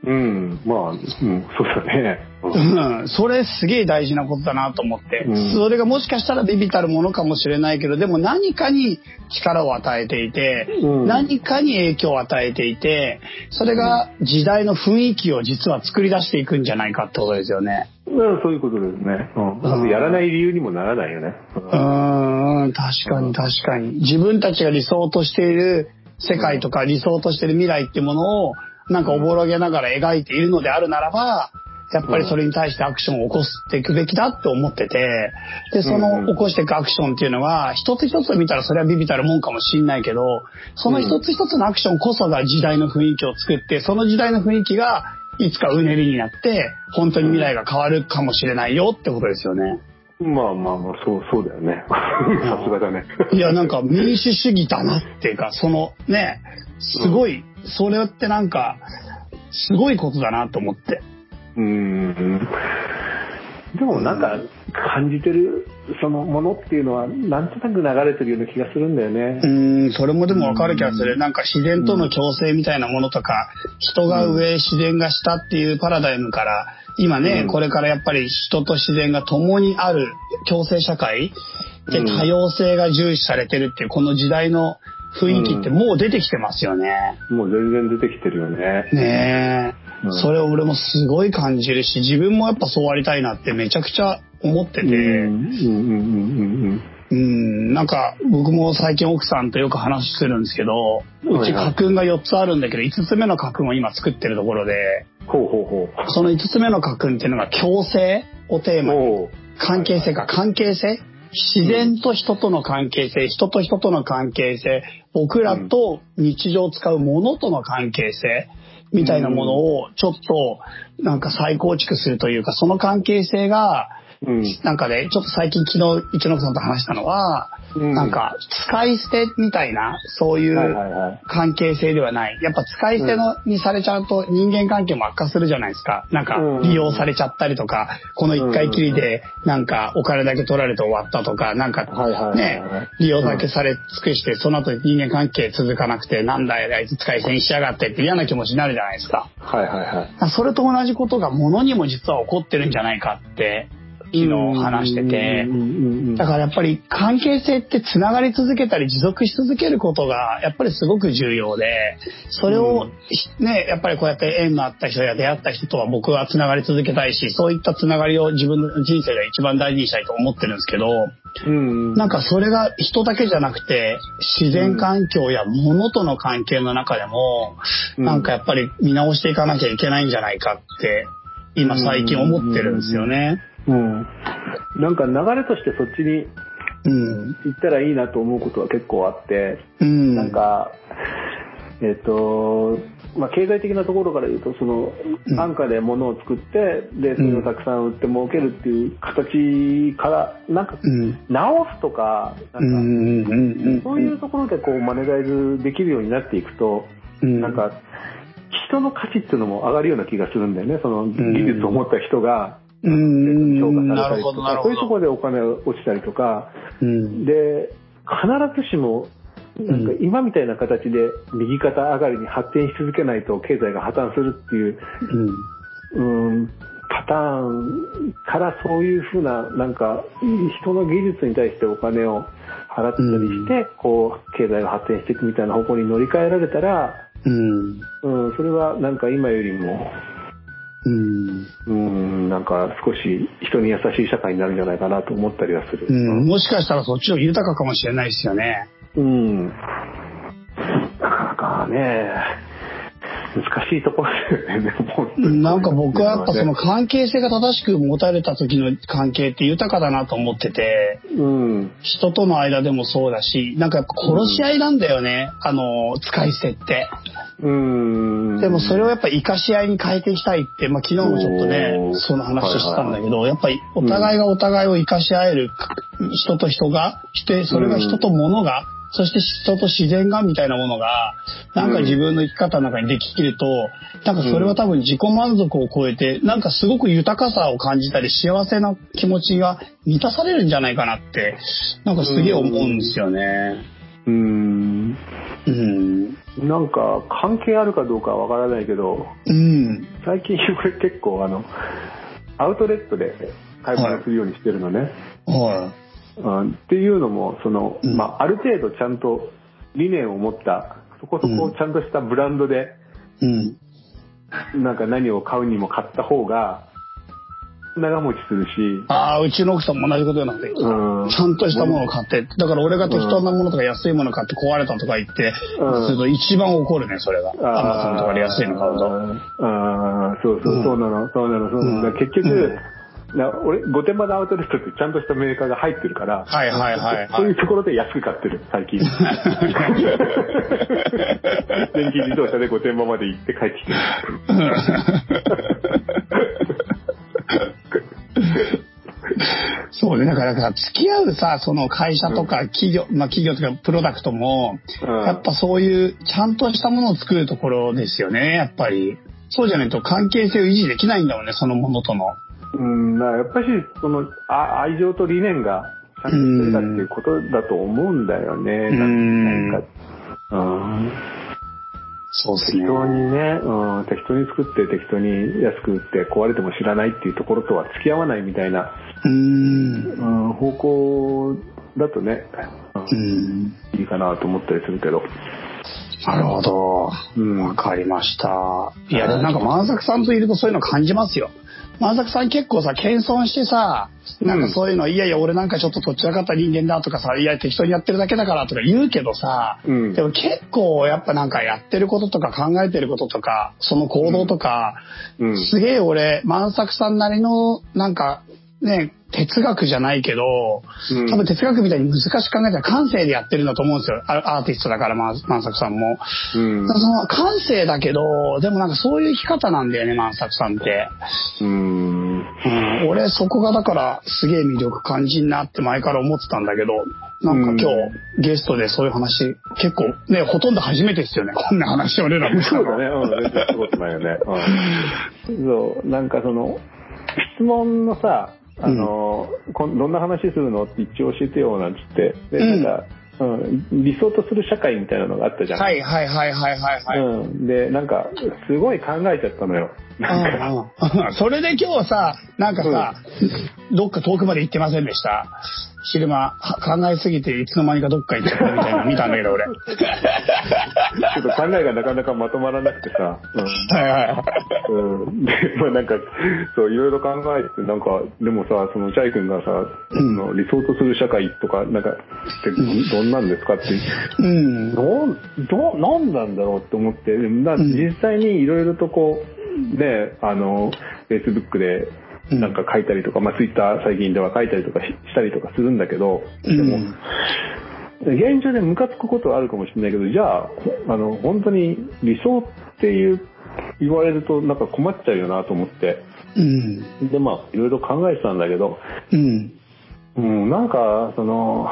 S3: うん、まあ、うん、そうだね。う
S1: うんん。それすげえ大事なことだなと思って。
S3: うん
S1: それがもしかしたらビビたるものかもしれないけど、でも何かに力を与えていて、
S3: うん
S1: 何かに影響を与えていて、それが時代の雰囲気を実は作り出していくんじゃないかってことですよね。
S3: うん、そういうことですね。うん。あとやらない理由にもならないよね。うん
S1: うーん、確かに確かに。自分たちが理想としている世界とか理想としている未来っていうものをなんかおぼろげながら描いているのであるならば、やっぱりそれに対してアクションを起こしていくべきだって思ってて、で、その起こしていくアクションっていうのは、一つ一つ見たらそれはビビたるもんかもしんないけど、その一つ一つのアクションこそが時代の雰囲気を作って、その時代の雰囲気がいつかうねりになって、本当に未来が変わるかもしれないよってことですよね。
S3: まあまあまあ、そう、そうだよね。 さすがだね。
S1: いや、なんか民主主義だなっていうか、そのね、すごい、それってなんか、すごいことだなと思って。
S3: うーん。でもなんか感じてるそのものっていうのはなんとなく流れてるような気がするんだよね
S1: う。ーん、それもでもわかる気がする。なんか自然との共生みたいなものとか、人が上、自然が下っていうパラダイムから、今ね
S3: う、ん
S1: これからやっぱり人と自然が共にある共生社会で
S3: うん
S1: 多様性が重視されてるっていう、この時代の雰囲気ってもう出てきてますよね。
S3: もう全然出てきてるよね。
S1: ねえ、
S3: うん
S1: それを俺もすごい感じるし自分もやっぱそうありたいなってめちゃくちゃ思ってて、
S3: うんう
S1: うん
S3: んうん
S1: なんか僕も最近奥さんとよく話するんですけどう
S3: は
S1: ち
S3: いはい
S1: 家訓が4つあるんだけど5つ目の家訓を今作ってるところで
S3: うん。ほうほうほう。
S1: その5つ目の家訓っていうのが共生をテーマに
S3: も
S1: 関係性か関係性自然と人との関係性、人と人との関係性、僕らと日常使うものとの関係性みたいなものをちょっとなんか再構築するというか、その関係性が
S3: う。うん。
S1: なんかね、ちょっと最近昨日一ノ瀬さんと話したのは、
S3: うん
S1: なんか、使い捨てみたいな、そうい
S3: はいはいうはい。
S1: 関係性ではない。やっぱ使い捨ての、にされちゃうと人間関係も悪化するじゃないですか。なんか
S3: うん、
S1: 利用されちゃったりとか、この一回きりで、なんか、お金だけ取られて終わったとか、なんか、
S3: はいはいはいはい
S1: ね、利用だけされ尽くして、その後人間関係続かなくて、なんだよ、あいつ使い捨てにしやがってって嫌な気持ちになるじゃないですか。
S3: はいはいはい。
S1: それと同じことが物にも実は起こってるんじゃないかって、昨日話してて
S3: うん、うんうん
S1: だからやっぱり関係性ってつながり続けたり持続し続けることがやっぱりすごく重要で、それをね、やっぱりこうやって縁のあった人や出会った人とは僕はつながり続けたいし、そういったつながりを自分の人生で一番大事にしたいと思ってるんですけど、
S3: うん。
S1: なんかそれが人だけじゃなくて自然環境や物との関係の中でも、
S3: うん
S1: なんかやっぱり見直していかなきゃいけないんじゃないかって今最近思ってるんですよね。
S3: うん。なんか流れとしてそっちに
S1: うん。
S3: 行ったらいいなと思うことは結構あって、
S1: うん。
S3: なんか、えっ、と、まあ、経済的なところから言うと、その、
S1: うん
S3: 安価で物を作って、で、それをたくさん売って儲けるっていう形から、なんか、
S1: うん。
S3: 直すとか、な
S1: うん
S3: か、
S1: んうんうん
S3: そういうところでこう、マネタイズできるようになっていくと、
S1: うん
S3: なんか、人の価値っていうのも上がるような気がするんだよね、その技術を持った人が、
S1: うん
S3: 評価
S1: な
S3: された
S1: る
S3: り
S1: ほ
S3: と
S1: どなる
S3: か、
S1: ほど
S3: そういうところでお金が落ちたりとか、
S1: うん
S3: で、必ずしも、なんか
S1: うん
S3: 今みたいな形で右肩上がりに発展し続けないと経済が破綻するっていう、
S1: うん
S3: うん、パターンからそういうふうな、なんか人の技術に対してお金を払ったりして、こう、経済が発展していくみたいな方向に乗り換えられたら、
S1: うん
S3: うん、それはなんか今よりも、
S1: うん
S3: うん、なんか少し人に優しい社会になるんじゃないかなと思ったりはする。
S1: うんもしかしたらそっちの方が豊かかもしれないですよね。
S3: うん。なかなかね、難しいところだ よね、本当に
S1: なんか僕はやっぱその、関係性が正しく持たれた時の関係って豊かだなと思ってて、
S3: うん。
S1: 人との間でもそうだし、なんかやっぱ殺し合いなんだよね、あの、使い捨てって。
S3: うん。
S1: でもそれをやっぱ生かし合いに変えていきたいって、まあ、昨日もちょっと
S3: おー
S1: ね、その話をしてたんだけど、やっぱりお互いがお互いを生かし合える人と人が、して、それが人と物が、そして人と自然がみたいなものが、なんか自分の生き方の中にできると、なんかそれは多分自己満足を超えて、なんかすごく豊かさを感じたり、幸せな気持ちが満たされるんじゃないかなって、なんかすげえ思うんですよね。
S3: うん。
S1: うん。
S3: なんか、関係あるかどうかはわからないけど、
S1: うん。
S3: 最近俺結構あの、アウトレットで買い物するようにしてるのね。
S1: は
S3: うんっていうのも、その、
S1: うん
S3: まあ、ある程度ちゃんと理念を持った、そこそこちゃんとしたブランドで、
S1: い。うん。
S3: なんか何を買うにも買った方が長持ちするし、
S1: ああ、うちの奥さんも同じことになってきた。
S3: うん
S1: ちゃんとしたものを買って、だから俺が適当なものとか安いもの買って壊れたとか言って、
S3: うん
S1: すると一番怒るね、それが。
S3: あー
S1: アマゾンとかで安いの買うと。
S3: あーそうそうう、
S1: ん
S3: そうなの、そうなの、そうなの。だから結局、な俺、御殿場のアウトレットってちゃんとしたメーカーが入ってるから、
S1: はいはいはい
S3: そ
S1: は
S3: ういう
S1: い。
S3: ところで安く買ってる、最近。電気自動車で御殿場まで行って帰ってきてる。
S1: そうね、だからさ、付き合うさ、その会社とか企業、まあ企業とかプロダクトも、
S3: うん
S1: やっぱそういうちゃんとしたものを作るところですよね、やっぱり。そうじゃないと関係性を維持できないんだもんね、そのものとの。
S3: うん、だからやっぱり、その、あ愛情と理念が、ちゃんとしてたっていうことだと思うんだよね。
S1: うん
S3: なんか、うん。
S1: そうです
S3: 適
S1: ね。
S3: 当にね、うん、適当に作って適当に安く売って壊れても知らないっていうところとは付き合わないみたいな、
S1: うーん。
S3: うん、方向だとね、
S1: う。
S3: うんん、いいかなと思ったりするけど。
S1: なるほど。
S3: うん
S1: わかりました。いや、
S3: は
S1: で
S3: い
S1: もなんか万作さんといるとそういうの感じますよ。万作さん結構さ、謙遜してさ、なんかそういうの、いやいや、俺なんかちょっととっちらかった人間だとかさ、いや、適当にやってるだけだからとか言うけどさ、
S3: うん
S1: でも結構やっぱなんかやってることとか考えてることとか、その行動とか、
S3: うん。
S1: すげえ俺、万作さんなりの、なんか、ね、哲学じゃないけど、
S3: うん
S1: 多分哲学みたいに難しく考えたら感性でやってるんだと思うんですよ。あアーティストだから、万万作さんも。
S3: うん
S1: その感性だけど、でもなんかそういう生き方なんだよね、万作さんって。
S3: うん。
S1: うん、俺俺、そこがだから、すげえ魅力感じんなって前から思ってたんだけど、なんか今日、ゲストでそういう話、結構、ね、ほとんど初めてですよね。こんな話俺らもした
S3: そう
S1: の。
S3: だね。うん、全然したことないよね。うん。そう、なんかその、質問のさ、あの、こんどんな話するのって一応教えてよ、なんつって。で、
S1: うん
S3: なんか、うん、理想とする社会みたいなのがあったじゃん。
S1: はいはいはいはいはいはい。
S3: うん。で、なんか、すごい考えちゃったのよ。
S1: うんうんそれで今日さ、なんかさ、どっか遠くまで行ってませんでした昼間、は考えすぎていつの間にかどっか行っちゃったみたいなの見たんだけど俺。
S3: ちょっと考えがなかなかまとまらなくてさ。うん
S1: はいはいはい。
S3: うん、でまあなんかそういろいろ考えてなんかでもさそのチャイ君がさ、その理想とする社会とかなんかってどんなんですかって
S1: うん。
S3: どうどうなんなんだろうって思ってでもな
S1: うん
S3: 実際にいろいろとこうねあの Facebook で
S1: うん
S3: なんか書いたりとか、まあ、Twitter 最近では書いたりとかししたりとかするんだけどでも、
S1: うん
S3: 現状でムカつくことはあるかもしれないけどじゃああの本当に理想っていう言われるとなんか困っちゃうよなと思って
S1: うん。
S3: でまあいろいろ考えてたんだけど
S1: うん。
S3: うん、なんか、その、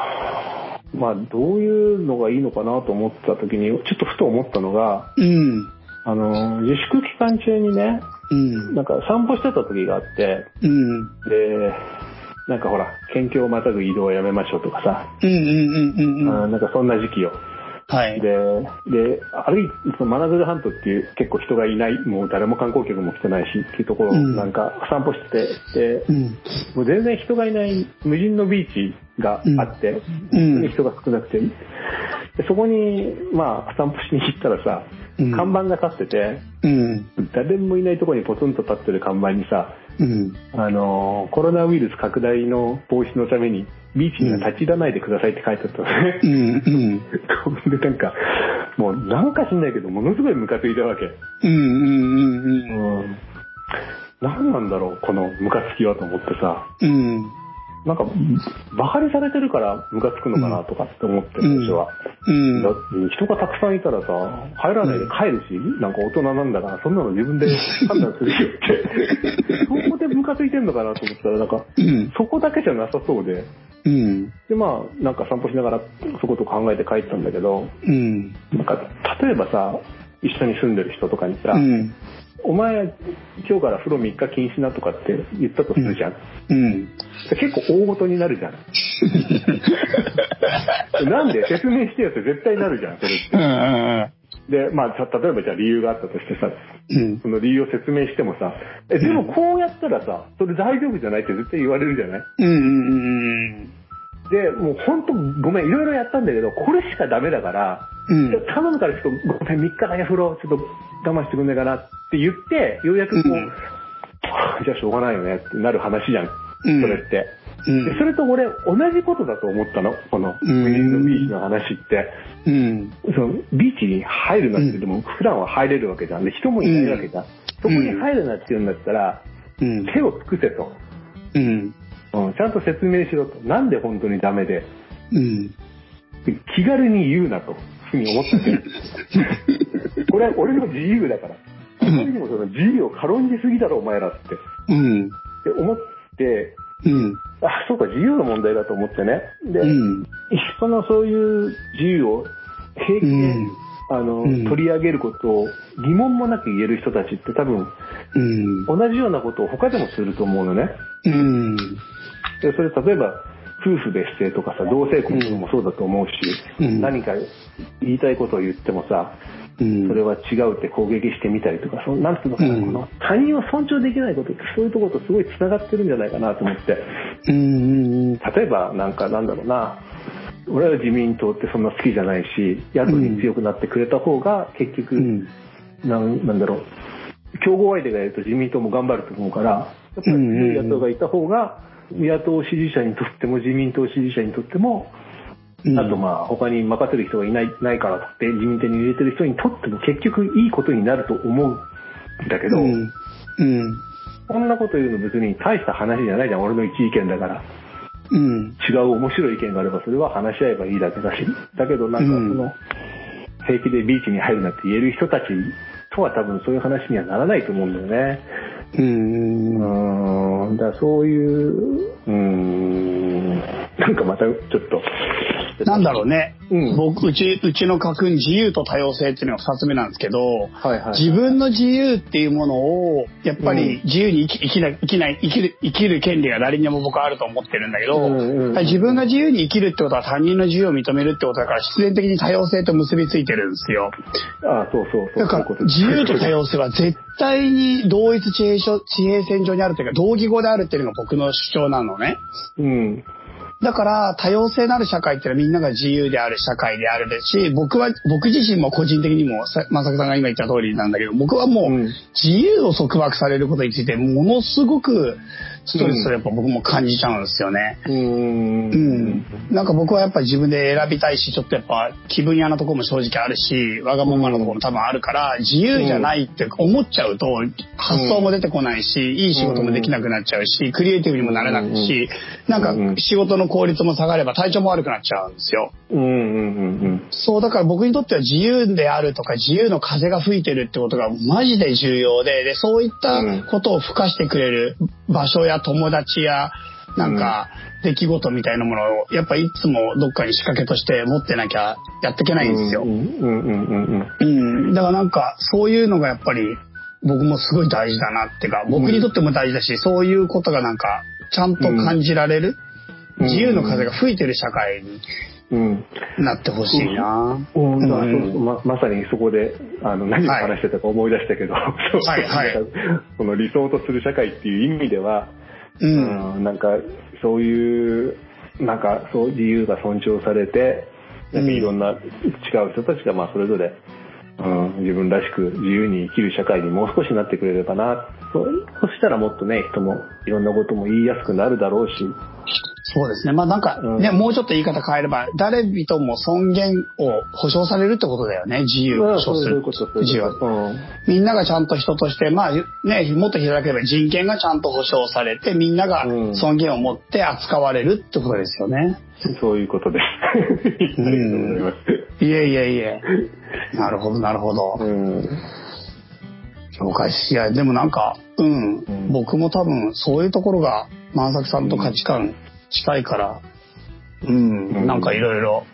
S3: まあ、どういうのがいいのかなと思ってた時に、ちょっとふと思ったのが、
S1: うん。
S3: あの、自粛期間中にね、
S1: うん。
S3: なんか散歩してた時があって、
S1: うん。
S3: で、なんかほら、県境をまたぐ移動はやめましょうとかさ、
S1: うんうんうんうんうん。
S3: あーなんかそんな時期よ。
S1: はい。
S3: で、で、歩いそのマナズル半島っていう結構人がいない、もう誰も観光客も来てないしっていうところを
S1: うん
S3: なんか散歩してて、で
S1: う、ん。
S3: もう全然人がいない無人のビーチがあって、
S1: うん。
S3: 人が少なくて、でそこに、まあ、散歩しに行ったらさ、
S1: うん
S3: 看板が立ってて、
S1: うん。
S3: 誰もいないところにポツンと立ってる看板にさ、
S1: うん。
S3: あのーコロナウイルス拡大の防止のために、ビーチには立ち入らないでくださいって書いてあったのね
S1: う。ん。うん。
S3: で、なんか、もうなんか知んないけど、ものすごいムカついたわけ。
S1: うん。うん。うん。
S3: うん。何なんだろう、このムカつきはと思ってさ。
S1: うん。
S3: なんか、バカにされてるからムカつくのかなとかって思って、
S1: うん
S3: 私は。
S1: うん
S3: だっ。て人がたくさんいたらさ、入らないで帰るし、なんか大人なんだから、そんなの自分で判断するよって、そこでムカついてんのかなと思ったら、なんか、
S1: うん。
S3: そこだけじゃなさそうで、
S1: うん。
S3: で、まあ、なんか散歩しながら、そこと考えて帰ったんだけど、
S1: うん。
S3: なんか、例えばさ、一緒に住んでる人とかにさ、
S1: うん。
S3: お前、今日から風呂3日禁止なとかって言ったとするじゃん。
S1: うん。
S3: それ結構大事になる じゃん。なんで説明してよって絶対なるじゃん、それって。
S1: うん。
S3: で、まあ、た例えばじゃあ理由があったとしてさ、
S1: うん。
S3: その理由を説明してもさ、え、でもこうやったらさ、それ大丈夫じゃないって絶対言われるじゃない
S1: うん。うん。
S3: で、もう本当ごめん、いろいろやったんだけど、これしかダメだから、
S1: うん
S3: ちょ頼むからちょっとごめん、3日だけ風呂、ちょっと我慢してくんねえかなって言って、ようやくこう、
S1: うん
S3: はあじゃあしょうがないよねってなる話じゃん、
S1: うん
S3: それって。
S1: うん
S3: でそれと俺、同じことだと思ったの、この、
S1: うん
S3: 無人のビーチの話って。
S1: うん。
S3: そのビーチに入るなって、
S1: うん
S3: でも普段は入れるわけじゃん。で、人もいないわけじゃん。そこに入るなって言うんだったら、
S1: うん。
S3: 手を尽くせと、
S1: うん。
S3: うん。ちゃんと説明しろと。なんで本当にダメで。
S1: うん。
S3: 気軽に言うなと、ふうに思ったわ けこれは俺の自由だから。あまりにもその自由を軽んじすぎだろ、お前らって。っ
S1: うん。
S3: て思って、
S1: うん。
S3: あ、そうか、自由の問題だと思ってね。で、
S1: うん。
S3: 人のそういう自由を平気で、
S1: うん
S3: あの、
S1: うん
S3: 取り上げることを疑問もなく言える人たちって多分
S1: うん。
S3: 同じようなことを他でもすると思うのね。
S1: うん。
S3: でそれ例えば夫婦別姓とかさ、同性婚とかもそうだと思うし、
S1: うん
S3: 何か言いたいことを言ってもさ、
S1: うん。
S3: それは違うって攻撃してみたりとか、そのなんていうのかな、
S1: うん
S3: この他人を尊重できないことってそういうところとすごい繋がってるんじゃないかなと思って。
S1: うん。
S3: 例えばなんかなんだろうな俺は自民党ってそんな好きじゃないし野党に強くなってくれた方が結局、
S1: うん。
S3: なんなんだろう競合相手がいると自民党も頑張ると思うからやっぱり強い野党がいた方が野党支持者にとっても自民党支持者にとっても、
S1: うん。
S3: あとまあ他に任せる人がいないないからって自民党に入れてる人にとっても結局いいことになると思うんだけど、
S1: うん。うん。
S3: こんなこと言うの別に大した話じゃないじゃん俺の一意見だから。
S1: うん。
S3: 違う面白い意見があればそれは話し合えばいいだけだしだけどなんかそ
S1: うん
S3: の、平気でビーチに入るなって言える人たちとは多分そういう話にはならないと思うんだよね
S1: うん。
S3: うーんだからそういう、うーん、なんかまたちょっと。
S1: なんだろうね、
S3: うん
S1: 僕うちうちの家訓自由と多様性っていうのが2つ目なんですけど、
S3: はいはい。
S1: 自分の自由っていうものをやっぱ
S3: うん
S1: り自由に生き生きな生きない生きる生きる権利が誰にでも僕はあると思ってるんだけど、
S3: うんうんうん
S1: 自分が自由に生きるってことは他人の自由を認めるってことだから必然的に多様性と結びついてるんですよ
S3: あそうそうそう。
S1: だから
S3: そういうことです
S1: 自由と多様性は絶対に同一地平所地平線上にあるというか同義語であるっていうのが僕の主張なのね
S3: うん。
S1: だから多様性のある社会っていうのはみんなが自由である社会であるですし僕は僕自身も個人的にもさまさきさんが今言った通りなんだけど僕はもう、
S3: うん
S1: 自由を束縛されることについてものすごくストレスをやっぱ僕も感じちゃうんですよね。
S3: うーん。
S1: うん、なんか僕はやっぱ自分で選びたいしちょっとやっぱ気分屋なとこも正直あるしわがままなとこも多分あるから自由じゃないって思っちゃうと発想も出てこないしいい仕事もできなくなっちゃうしクリエイティブにもなれなくしなんか仕事の効率も下がれば体調も悪くなっちゃうんですよ。
S3: うんうんうん
S1: そう、だから僕にとっては自由であるとか自由の風が吹いてるってことがマジで重要で、で、そういったことを付加してくれる場所や友達や、なんか、出来事みたいなものを、やっぱいつもどっかに仕掛けとして持ってなきゃやっていけ
S3: う。
S1: なんいんですよ
S3: う。んうんうんうんうん。
S1: うん。だからなんか、そういうのがやっぱり、僕もすごい大事だなっていうか、僕にとっても大事だし、そういうことがなんか、ちゃんと感じられる、
S3: うん
S1: 自由の風が吹いてる社会に
S3: うん。
S1: なってほしいな。
S3: うん
S1: うん
S3: まあそうままさにそこであの何を話してたか思い出したけど、そう
S1: はいはい
S3: この理想とする社会っていう意味では、
S1: うん。
S3: うんなんかそういうなんかそう自由が尊重されてなんかいろんな違う人たちがまあそれぞれ、うん、自分らしく自由に生きる社会にもう少しなってくれればなそうそしたらもっとね人もいろんなことも言いやすくなるだろうし
S1: そうですね。まあなんか
S3: うん
S1: ね、もうちょっと言い方変えれば、誰人も尊厳を保障されるってことだよね。自由を保
S3: そ
S1: 障
S3: う
S1: す
S3: い
S1: る
S3: う。ことそう
S1: 自
S3: い
S1: 由
S3: う
S1: は
S3: こと、うん
S1: みんながちゃんと人として、まあね、もっと開ければ人権がちゃんと保障されて、みんなが
S3: うん
S1: 尊厳を持って扱われるってことですよね。
S3: そういうことで
S1: うん
S3: す。ありがとうございます。
S1: いえいえい え。なるほど、なるほど。
S3: うん。
S1: 了解です。いや、でもなんか、うん、
S3: ん
S1: 僕も多分そういうところが、万作さんと価値観近いから、うん、
S3: うん
S1: なんかいろいろ、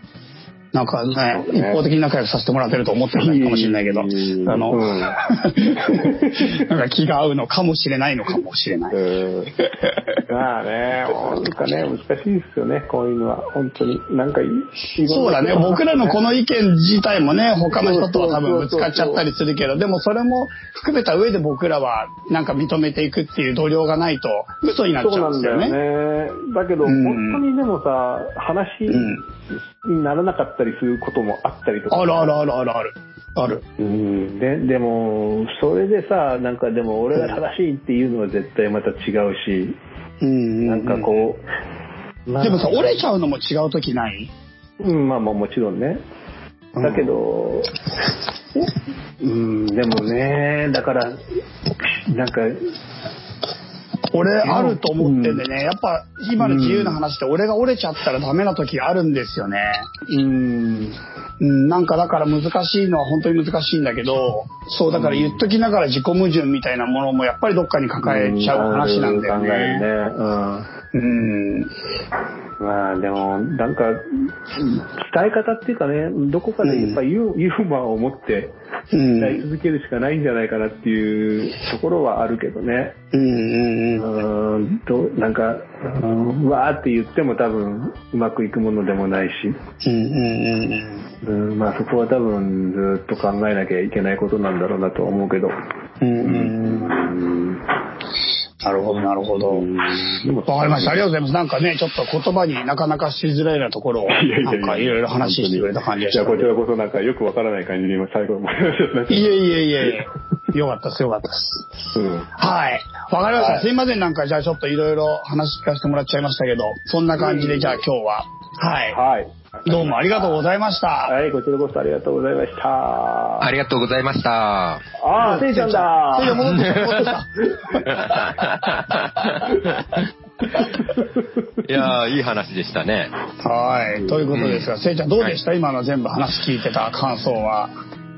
S1: なんかね
S3: そうね
S1: 一方的に仲良くさせてもらってると思ってないかもしれないけど、
S3: うん
S1: あの、
S3: うん
S1: なんか気が合うのかもしれないのかもしれない。
S3: うんまあね、なんかね、難しいですよね、こういうのは。本当に。なんかいい。
S1: そうだね。僕らのこの意見自体もね、他の人とは多分ぶつかっちゃったりするけど、でもそれも含めた上で僕らはなんか認めていくっていう度量がないと嘘になっち
S3: そう
S1: ゃ
S3: な
S1: うん
S3: ん
S1: で
S3: だ
S1: すよね。
S3: よね。だけど、
S1: うん
S3: 本当にでもさ、話
S1: うん
S3: にならなかったりすることもあったりとか。
S1: あるあるあるあるある。ある。
S3: うん。で、でも、それでさ、なんかでも俺が正しいっていうのは絶対また違うし、
S1: うん
S3: なんか
S1: う
S3: こう。
S1: ん。でもさ、折
S3: 俺
S1: れちゃうのも違う時ない
S3: うん、まあまあもちろんね。だけ ど、うん、でもね、だから、なんか、
S1: 俺あると思ってんでね、やっぱ今の自由な話って俺が折れちゃったらダメな時あるんですよね。
S3: うん、
S1: うん、なんかだから難しいのは本当に難しいんだけど、そうだから言っときながら自己矛盾みたいなものもやっぱりどっかに抱えちゃう話なんだよ
S3: 考えるね
S1: ね。。うん。
S3: うん。まあでも、なんか、伝え方っていうかね、どこかでやっぱユ,、ユーモアを持って
S1: う
S3: 伝え
S1: ん。
S3: 続けるしかないんじゃないかなっていうところはあるけどね。
S1: うん。うん。
S3: うん、どうなんか、うん、わーって言っても多分うまくいくものでもないし。
S1: うん。うん。
S3: うん、まあそこは多分ずっと考えなきゃいけないことなんだろうなとは思うけど。
S1: うん。うん。
S3: うん。
S1: なるほど、なるほど。
S3: でも
S1: わかりました。ありがとうございます。なんかね、ちょっと言葉になかなかしづらいなところを、
S3: いやいや
S1: ない
S3: や
S1: んかいろいろ話してくれた感じが
S3: い
S1: し
S3: や、
S1: た
S3: こ
S1: の
S3: ち
S1: で。
S3: らこそなんかよくわからない感じで今最後まで話しちゃった
S1: いやいやいやいや。よかったです、よかったです。
S3: うん。
S1: はい。わかりました。
S3: はい
S1: すいません、なんかじゃあちょっといろいろ話聞かせてもらっちゃいましたけど、そんな感じで、じゃあ今日は、はい。
S3: はい。
S1: どうもありがとうございました。
S3: はい、こちらこそありがとうございました。
S2: あ
S3: あ
S2: りがとうございました。
S3: あー、せいちゃん
S1: せいちゃん
S3: だ
S1: 戻ってきた、戻ってきた。
S2: いやーいい話でしたね。
S1: はい。ということですが、せいちゃんどうでした、今の全部話聞いてた感想は。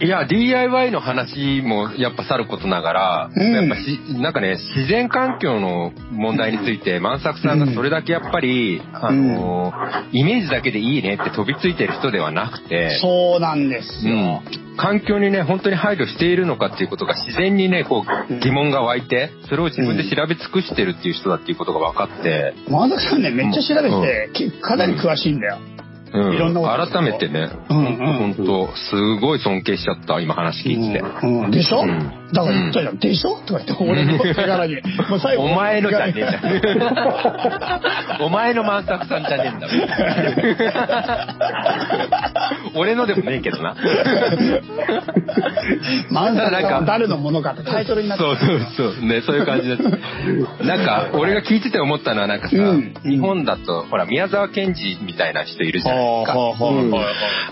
S2: いや、DIY の話もやっぱさることながら、
S1: うん
S2: やっぱし、なんかね、自然環境の問題について、万作さんがそれだけやっぱり、あの、イメージだけでいいねって飛びついてる人ではなくて、
S1: そうなんです
S2: う
S1: よ。
S2: ん環境にね、本当に配慮しているのかっていうことが自然にね、こ
S1: う
S2: う、
S1: ん
S2: 疑問が湧いて、それを自分で調べ尽くしてるっていう人だっていうことが分かって、
S1: まささんね、めっちゃ調べて、きかなり詳しいんだよ。
S2: うん
S1: いろんなこと
S2: 改めてね、
S1: うん
S2: 本当すごい尊敬しちゃった、今話聞いてて。
S1: うんうんでしょ、
S2: うん
S1: だから言ったじゃん、でしょとか言って、俺の手柄に。もう最後
S2: お前のじゃねえんだ。お前の万作さんじゃねえんだ。俺のでもねえけどな。
S1: マンサ
S2: なんか
S1: が誰のものかってタイトルになって
S2: そうそうそう。ね、そういう感じです。なんか、俺が聞いてて思ったのは、なんかさ、
S1: うん
S2: 日本だと、ほら、宮沢賢治みたいな人いるじゃないですか。
S1: はあはあはあ
S3: うん
S1: は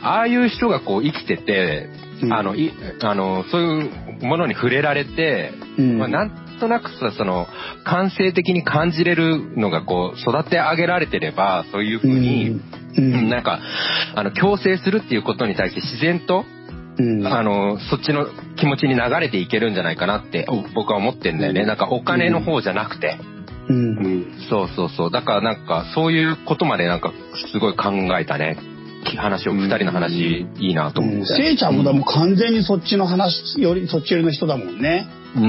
S2: ああいう人がこう生きてて、
S1: うん
S2: あの、い、あの、そういうものに触れられて、
S1: うん
S2: まあ、なんとなくさ、その、感性的に感じれるのがこう、育て上げられてれば、そういうふうに、
S1: う
S2: うん
S1: ん
S2: なんか、あの、強制するっていうことに対して自然と、
S1: うん
S2: あの、そっちの気持ちに流れていけるんじゃないかなって、お僕は思ってんだよね。なんか、お金の方じゃなくて。
S1: うん
S2: そうそうそう。だからなんか、そういうことまでなんか、すごい考えたね。き話を、二人の話、いいなと思って。
S1: せいちゃんもだもう完全にそっちの話よりそっち寄りの人だもんね。
S2: うん。
S1: う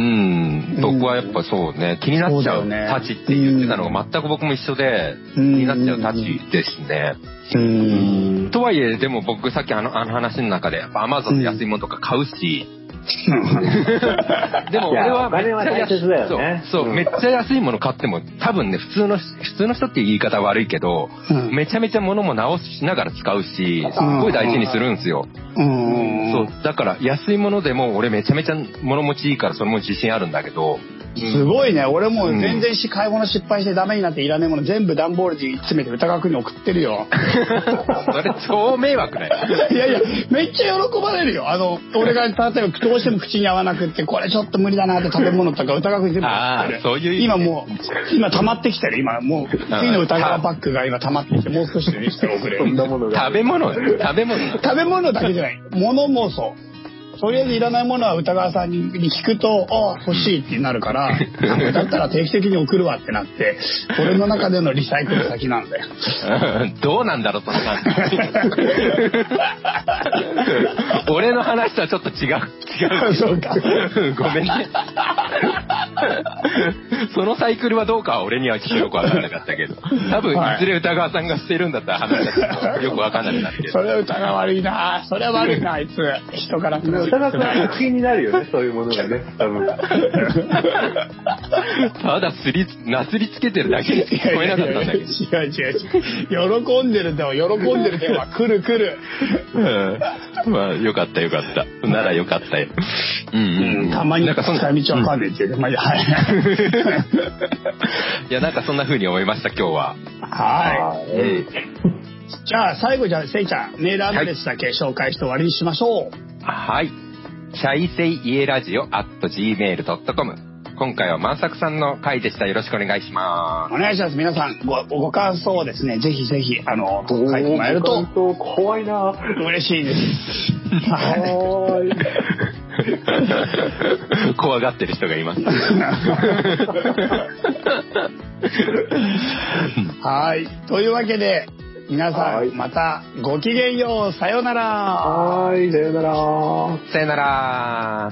S1: ん
S2: 僕はやっぱそうね、気になっちゃう
S1: そうだよね
S2: たちって言ってたのが全く僕も一緒で、気
S1: うん
S2: になっちゃうたちですね。
S1: うん。
S2: とはいえ、でも僕さっきあのあの話の中で、やっぱ Amazon で安いものとか買うし、でも
S3: いや
S2: 俺は
S3: お金は
S2: めっちゃ安
S3: 大切だよね
S2: そう、そう
S3: うん
S2: めっちゃ安いもの買っても、多分ね、普通の、普通の人っていう言い方悪いけど、
S1: うん
S2: めちゃめちゃ物も直しながら使うし、すっごい大事にするんですよ。
S1: うん。
S2: そう、だから安いものでも俺めちゃめちゃ物持ちいいからそれも自信あるんだけど、
S1: すごいね。俺もう全然し買い物失敗してダメになっていらねえもの全部段ボールに詰めて歌川くんに送ってるよ。
S2: それ超迷惑だよ。
S1: いやいや、めっちゃ喜ばれるよ。あの、俺が例えばどうしても口に合わなくって、これちょっと無理だなって食べ物とか歌川くんに全部送って
S2: あー
S1: る。
S2: そういう意味
S1: 今もう、今溜まってきてる。今もう、次の歌川パックが今溜まってきて、もう少しでしたら送れ
S3: そ
S1: る
S3: ん。なものが
S2: 食べ物よ食べ物。
S1: 食べ物だけじゃない物もそうとりあえずいらないものは歌川さんに聞くと「ああ欲しい」ってなるから「だったら定期的に送るわ」ってなって俺の中でのリサイクル先なんだよ
S2: うんどうなんだろう、その感じ。俺の話とはちょっと違う、違う。
S1: そうか
S2: ごめんね。そのサイクルはどうかは俺にはちょっとよくわかんなかったけど。多分、
S1: はい
S2: いずれ歌川さんがしてるんだったら話がよくわかんなくなるけ
S1: そ
S2: ど。
S1: れは歌が悪いなそれは悪いなあいつ人から
S3: 宇多田さんは気になるよねそういうものがね多分
S2: ただすり、なすりつけてるだけで聞こえなかったんだけど。
S1: 違う違う違う喜んでるでも喜んでるでも来る来る
S2: うんまあ、よかったよかった。ならよかったよ。うんうんうん
S1: たまに
S2: なんかそんな
S1: 使い道わかんないっていうねまあいいやはい
S2: いや、なんかそんな風に思いました、今日は。
S1: はい
S3: は
S2: う
S3: い
S2: ん。
S1: じゃあ最後じゃあせいちゃんメールアドレスだけ紹介して終わりにしましょう。
S2: はい。シャイセイイエラジオ at gmail.com。今回は万作さんの回でした。よろしくお願いしま
S1: お願いします皆さんごご感想をですねぜひぜひあの書いてもらえると
S3: 本当 怖いな
S1: 嬉しいです。 はい
S3: 怖い
S2: す。怖がってる人がい ます。
S1: はいというわけで皆さ
S3: は
S1: ん
S3: い
S1: またごきげんようさようなら。
S3: はいさよなら
S2: さよなら。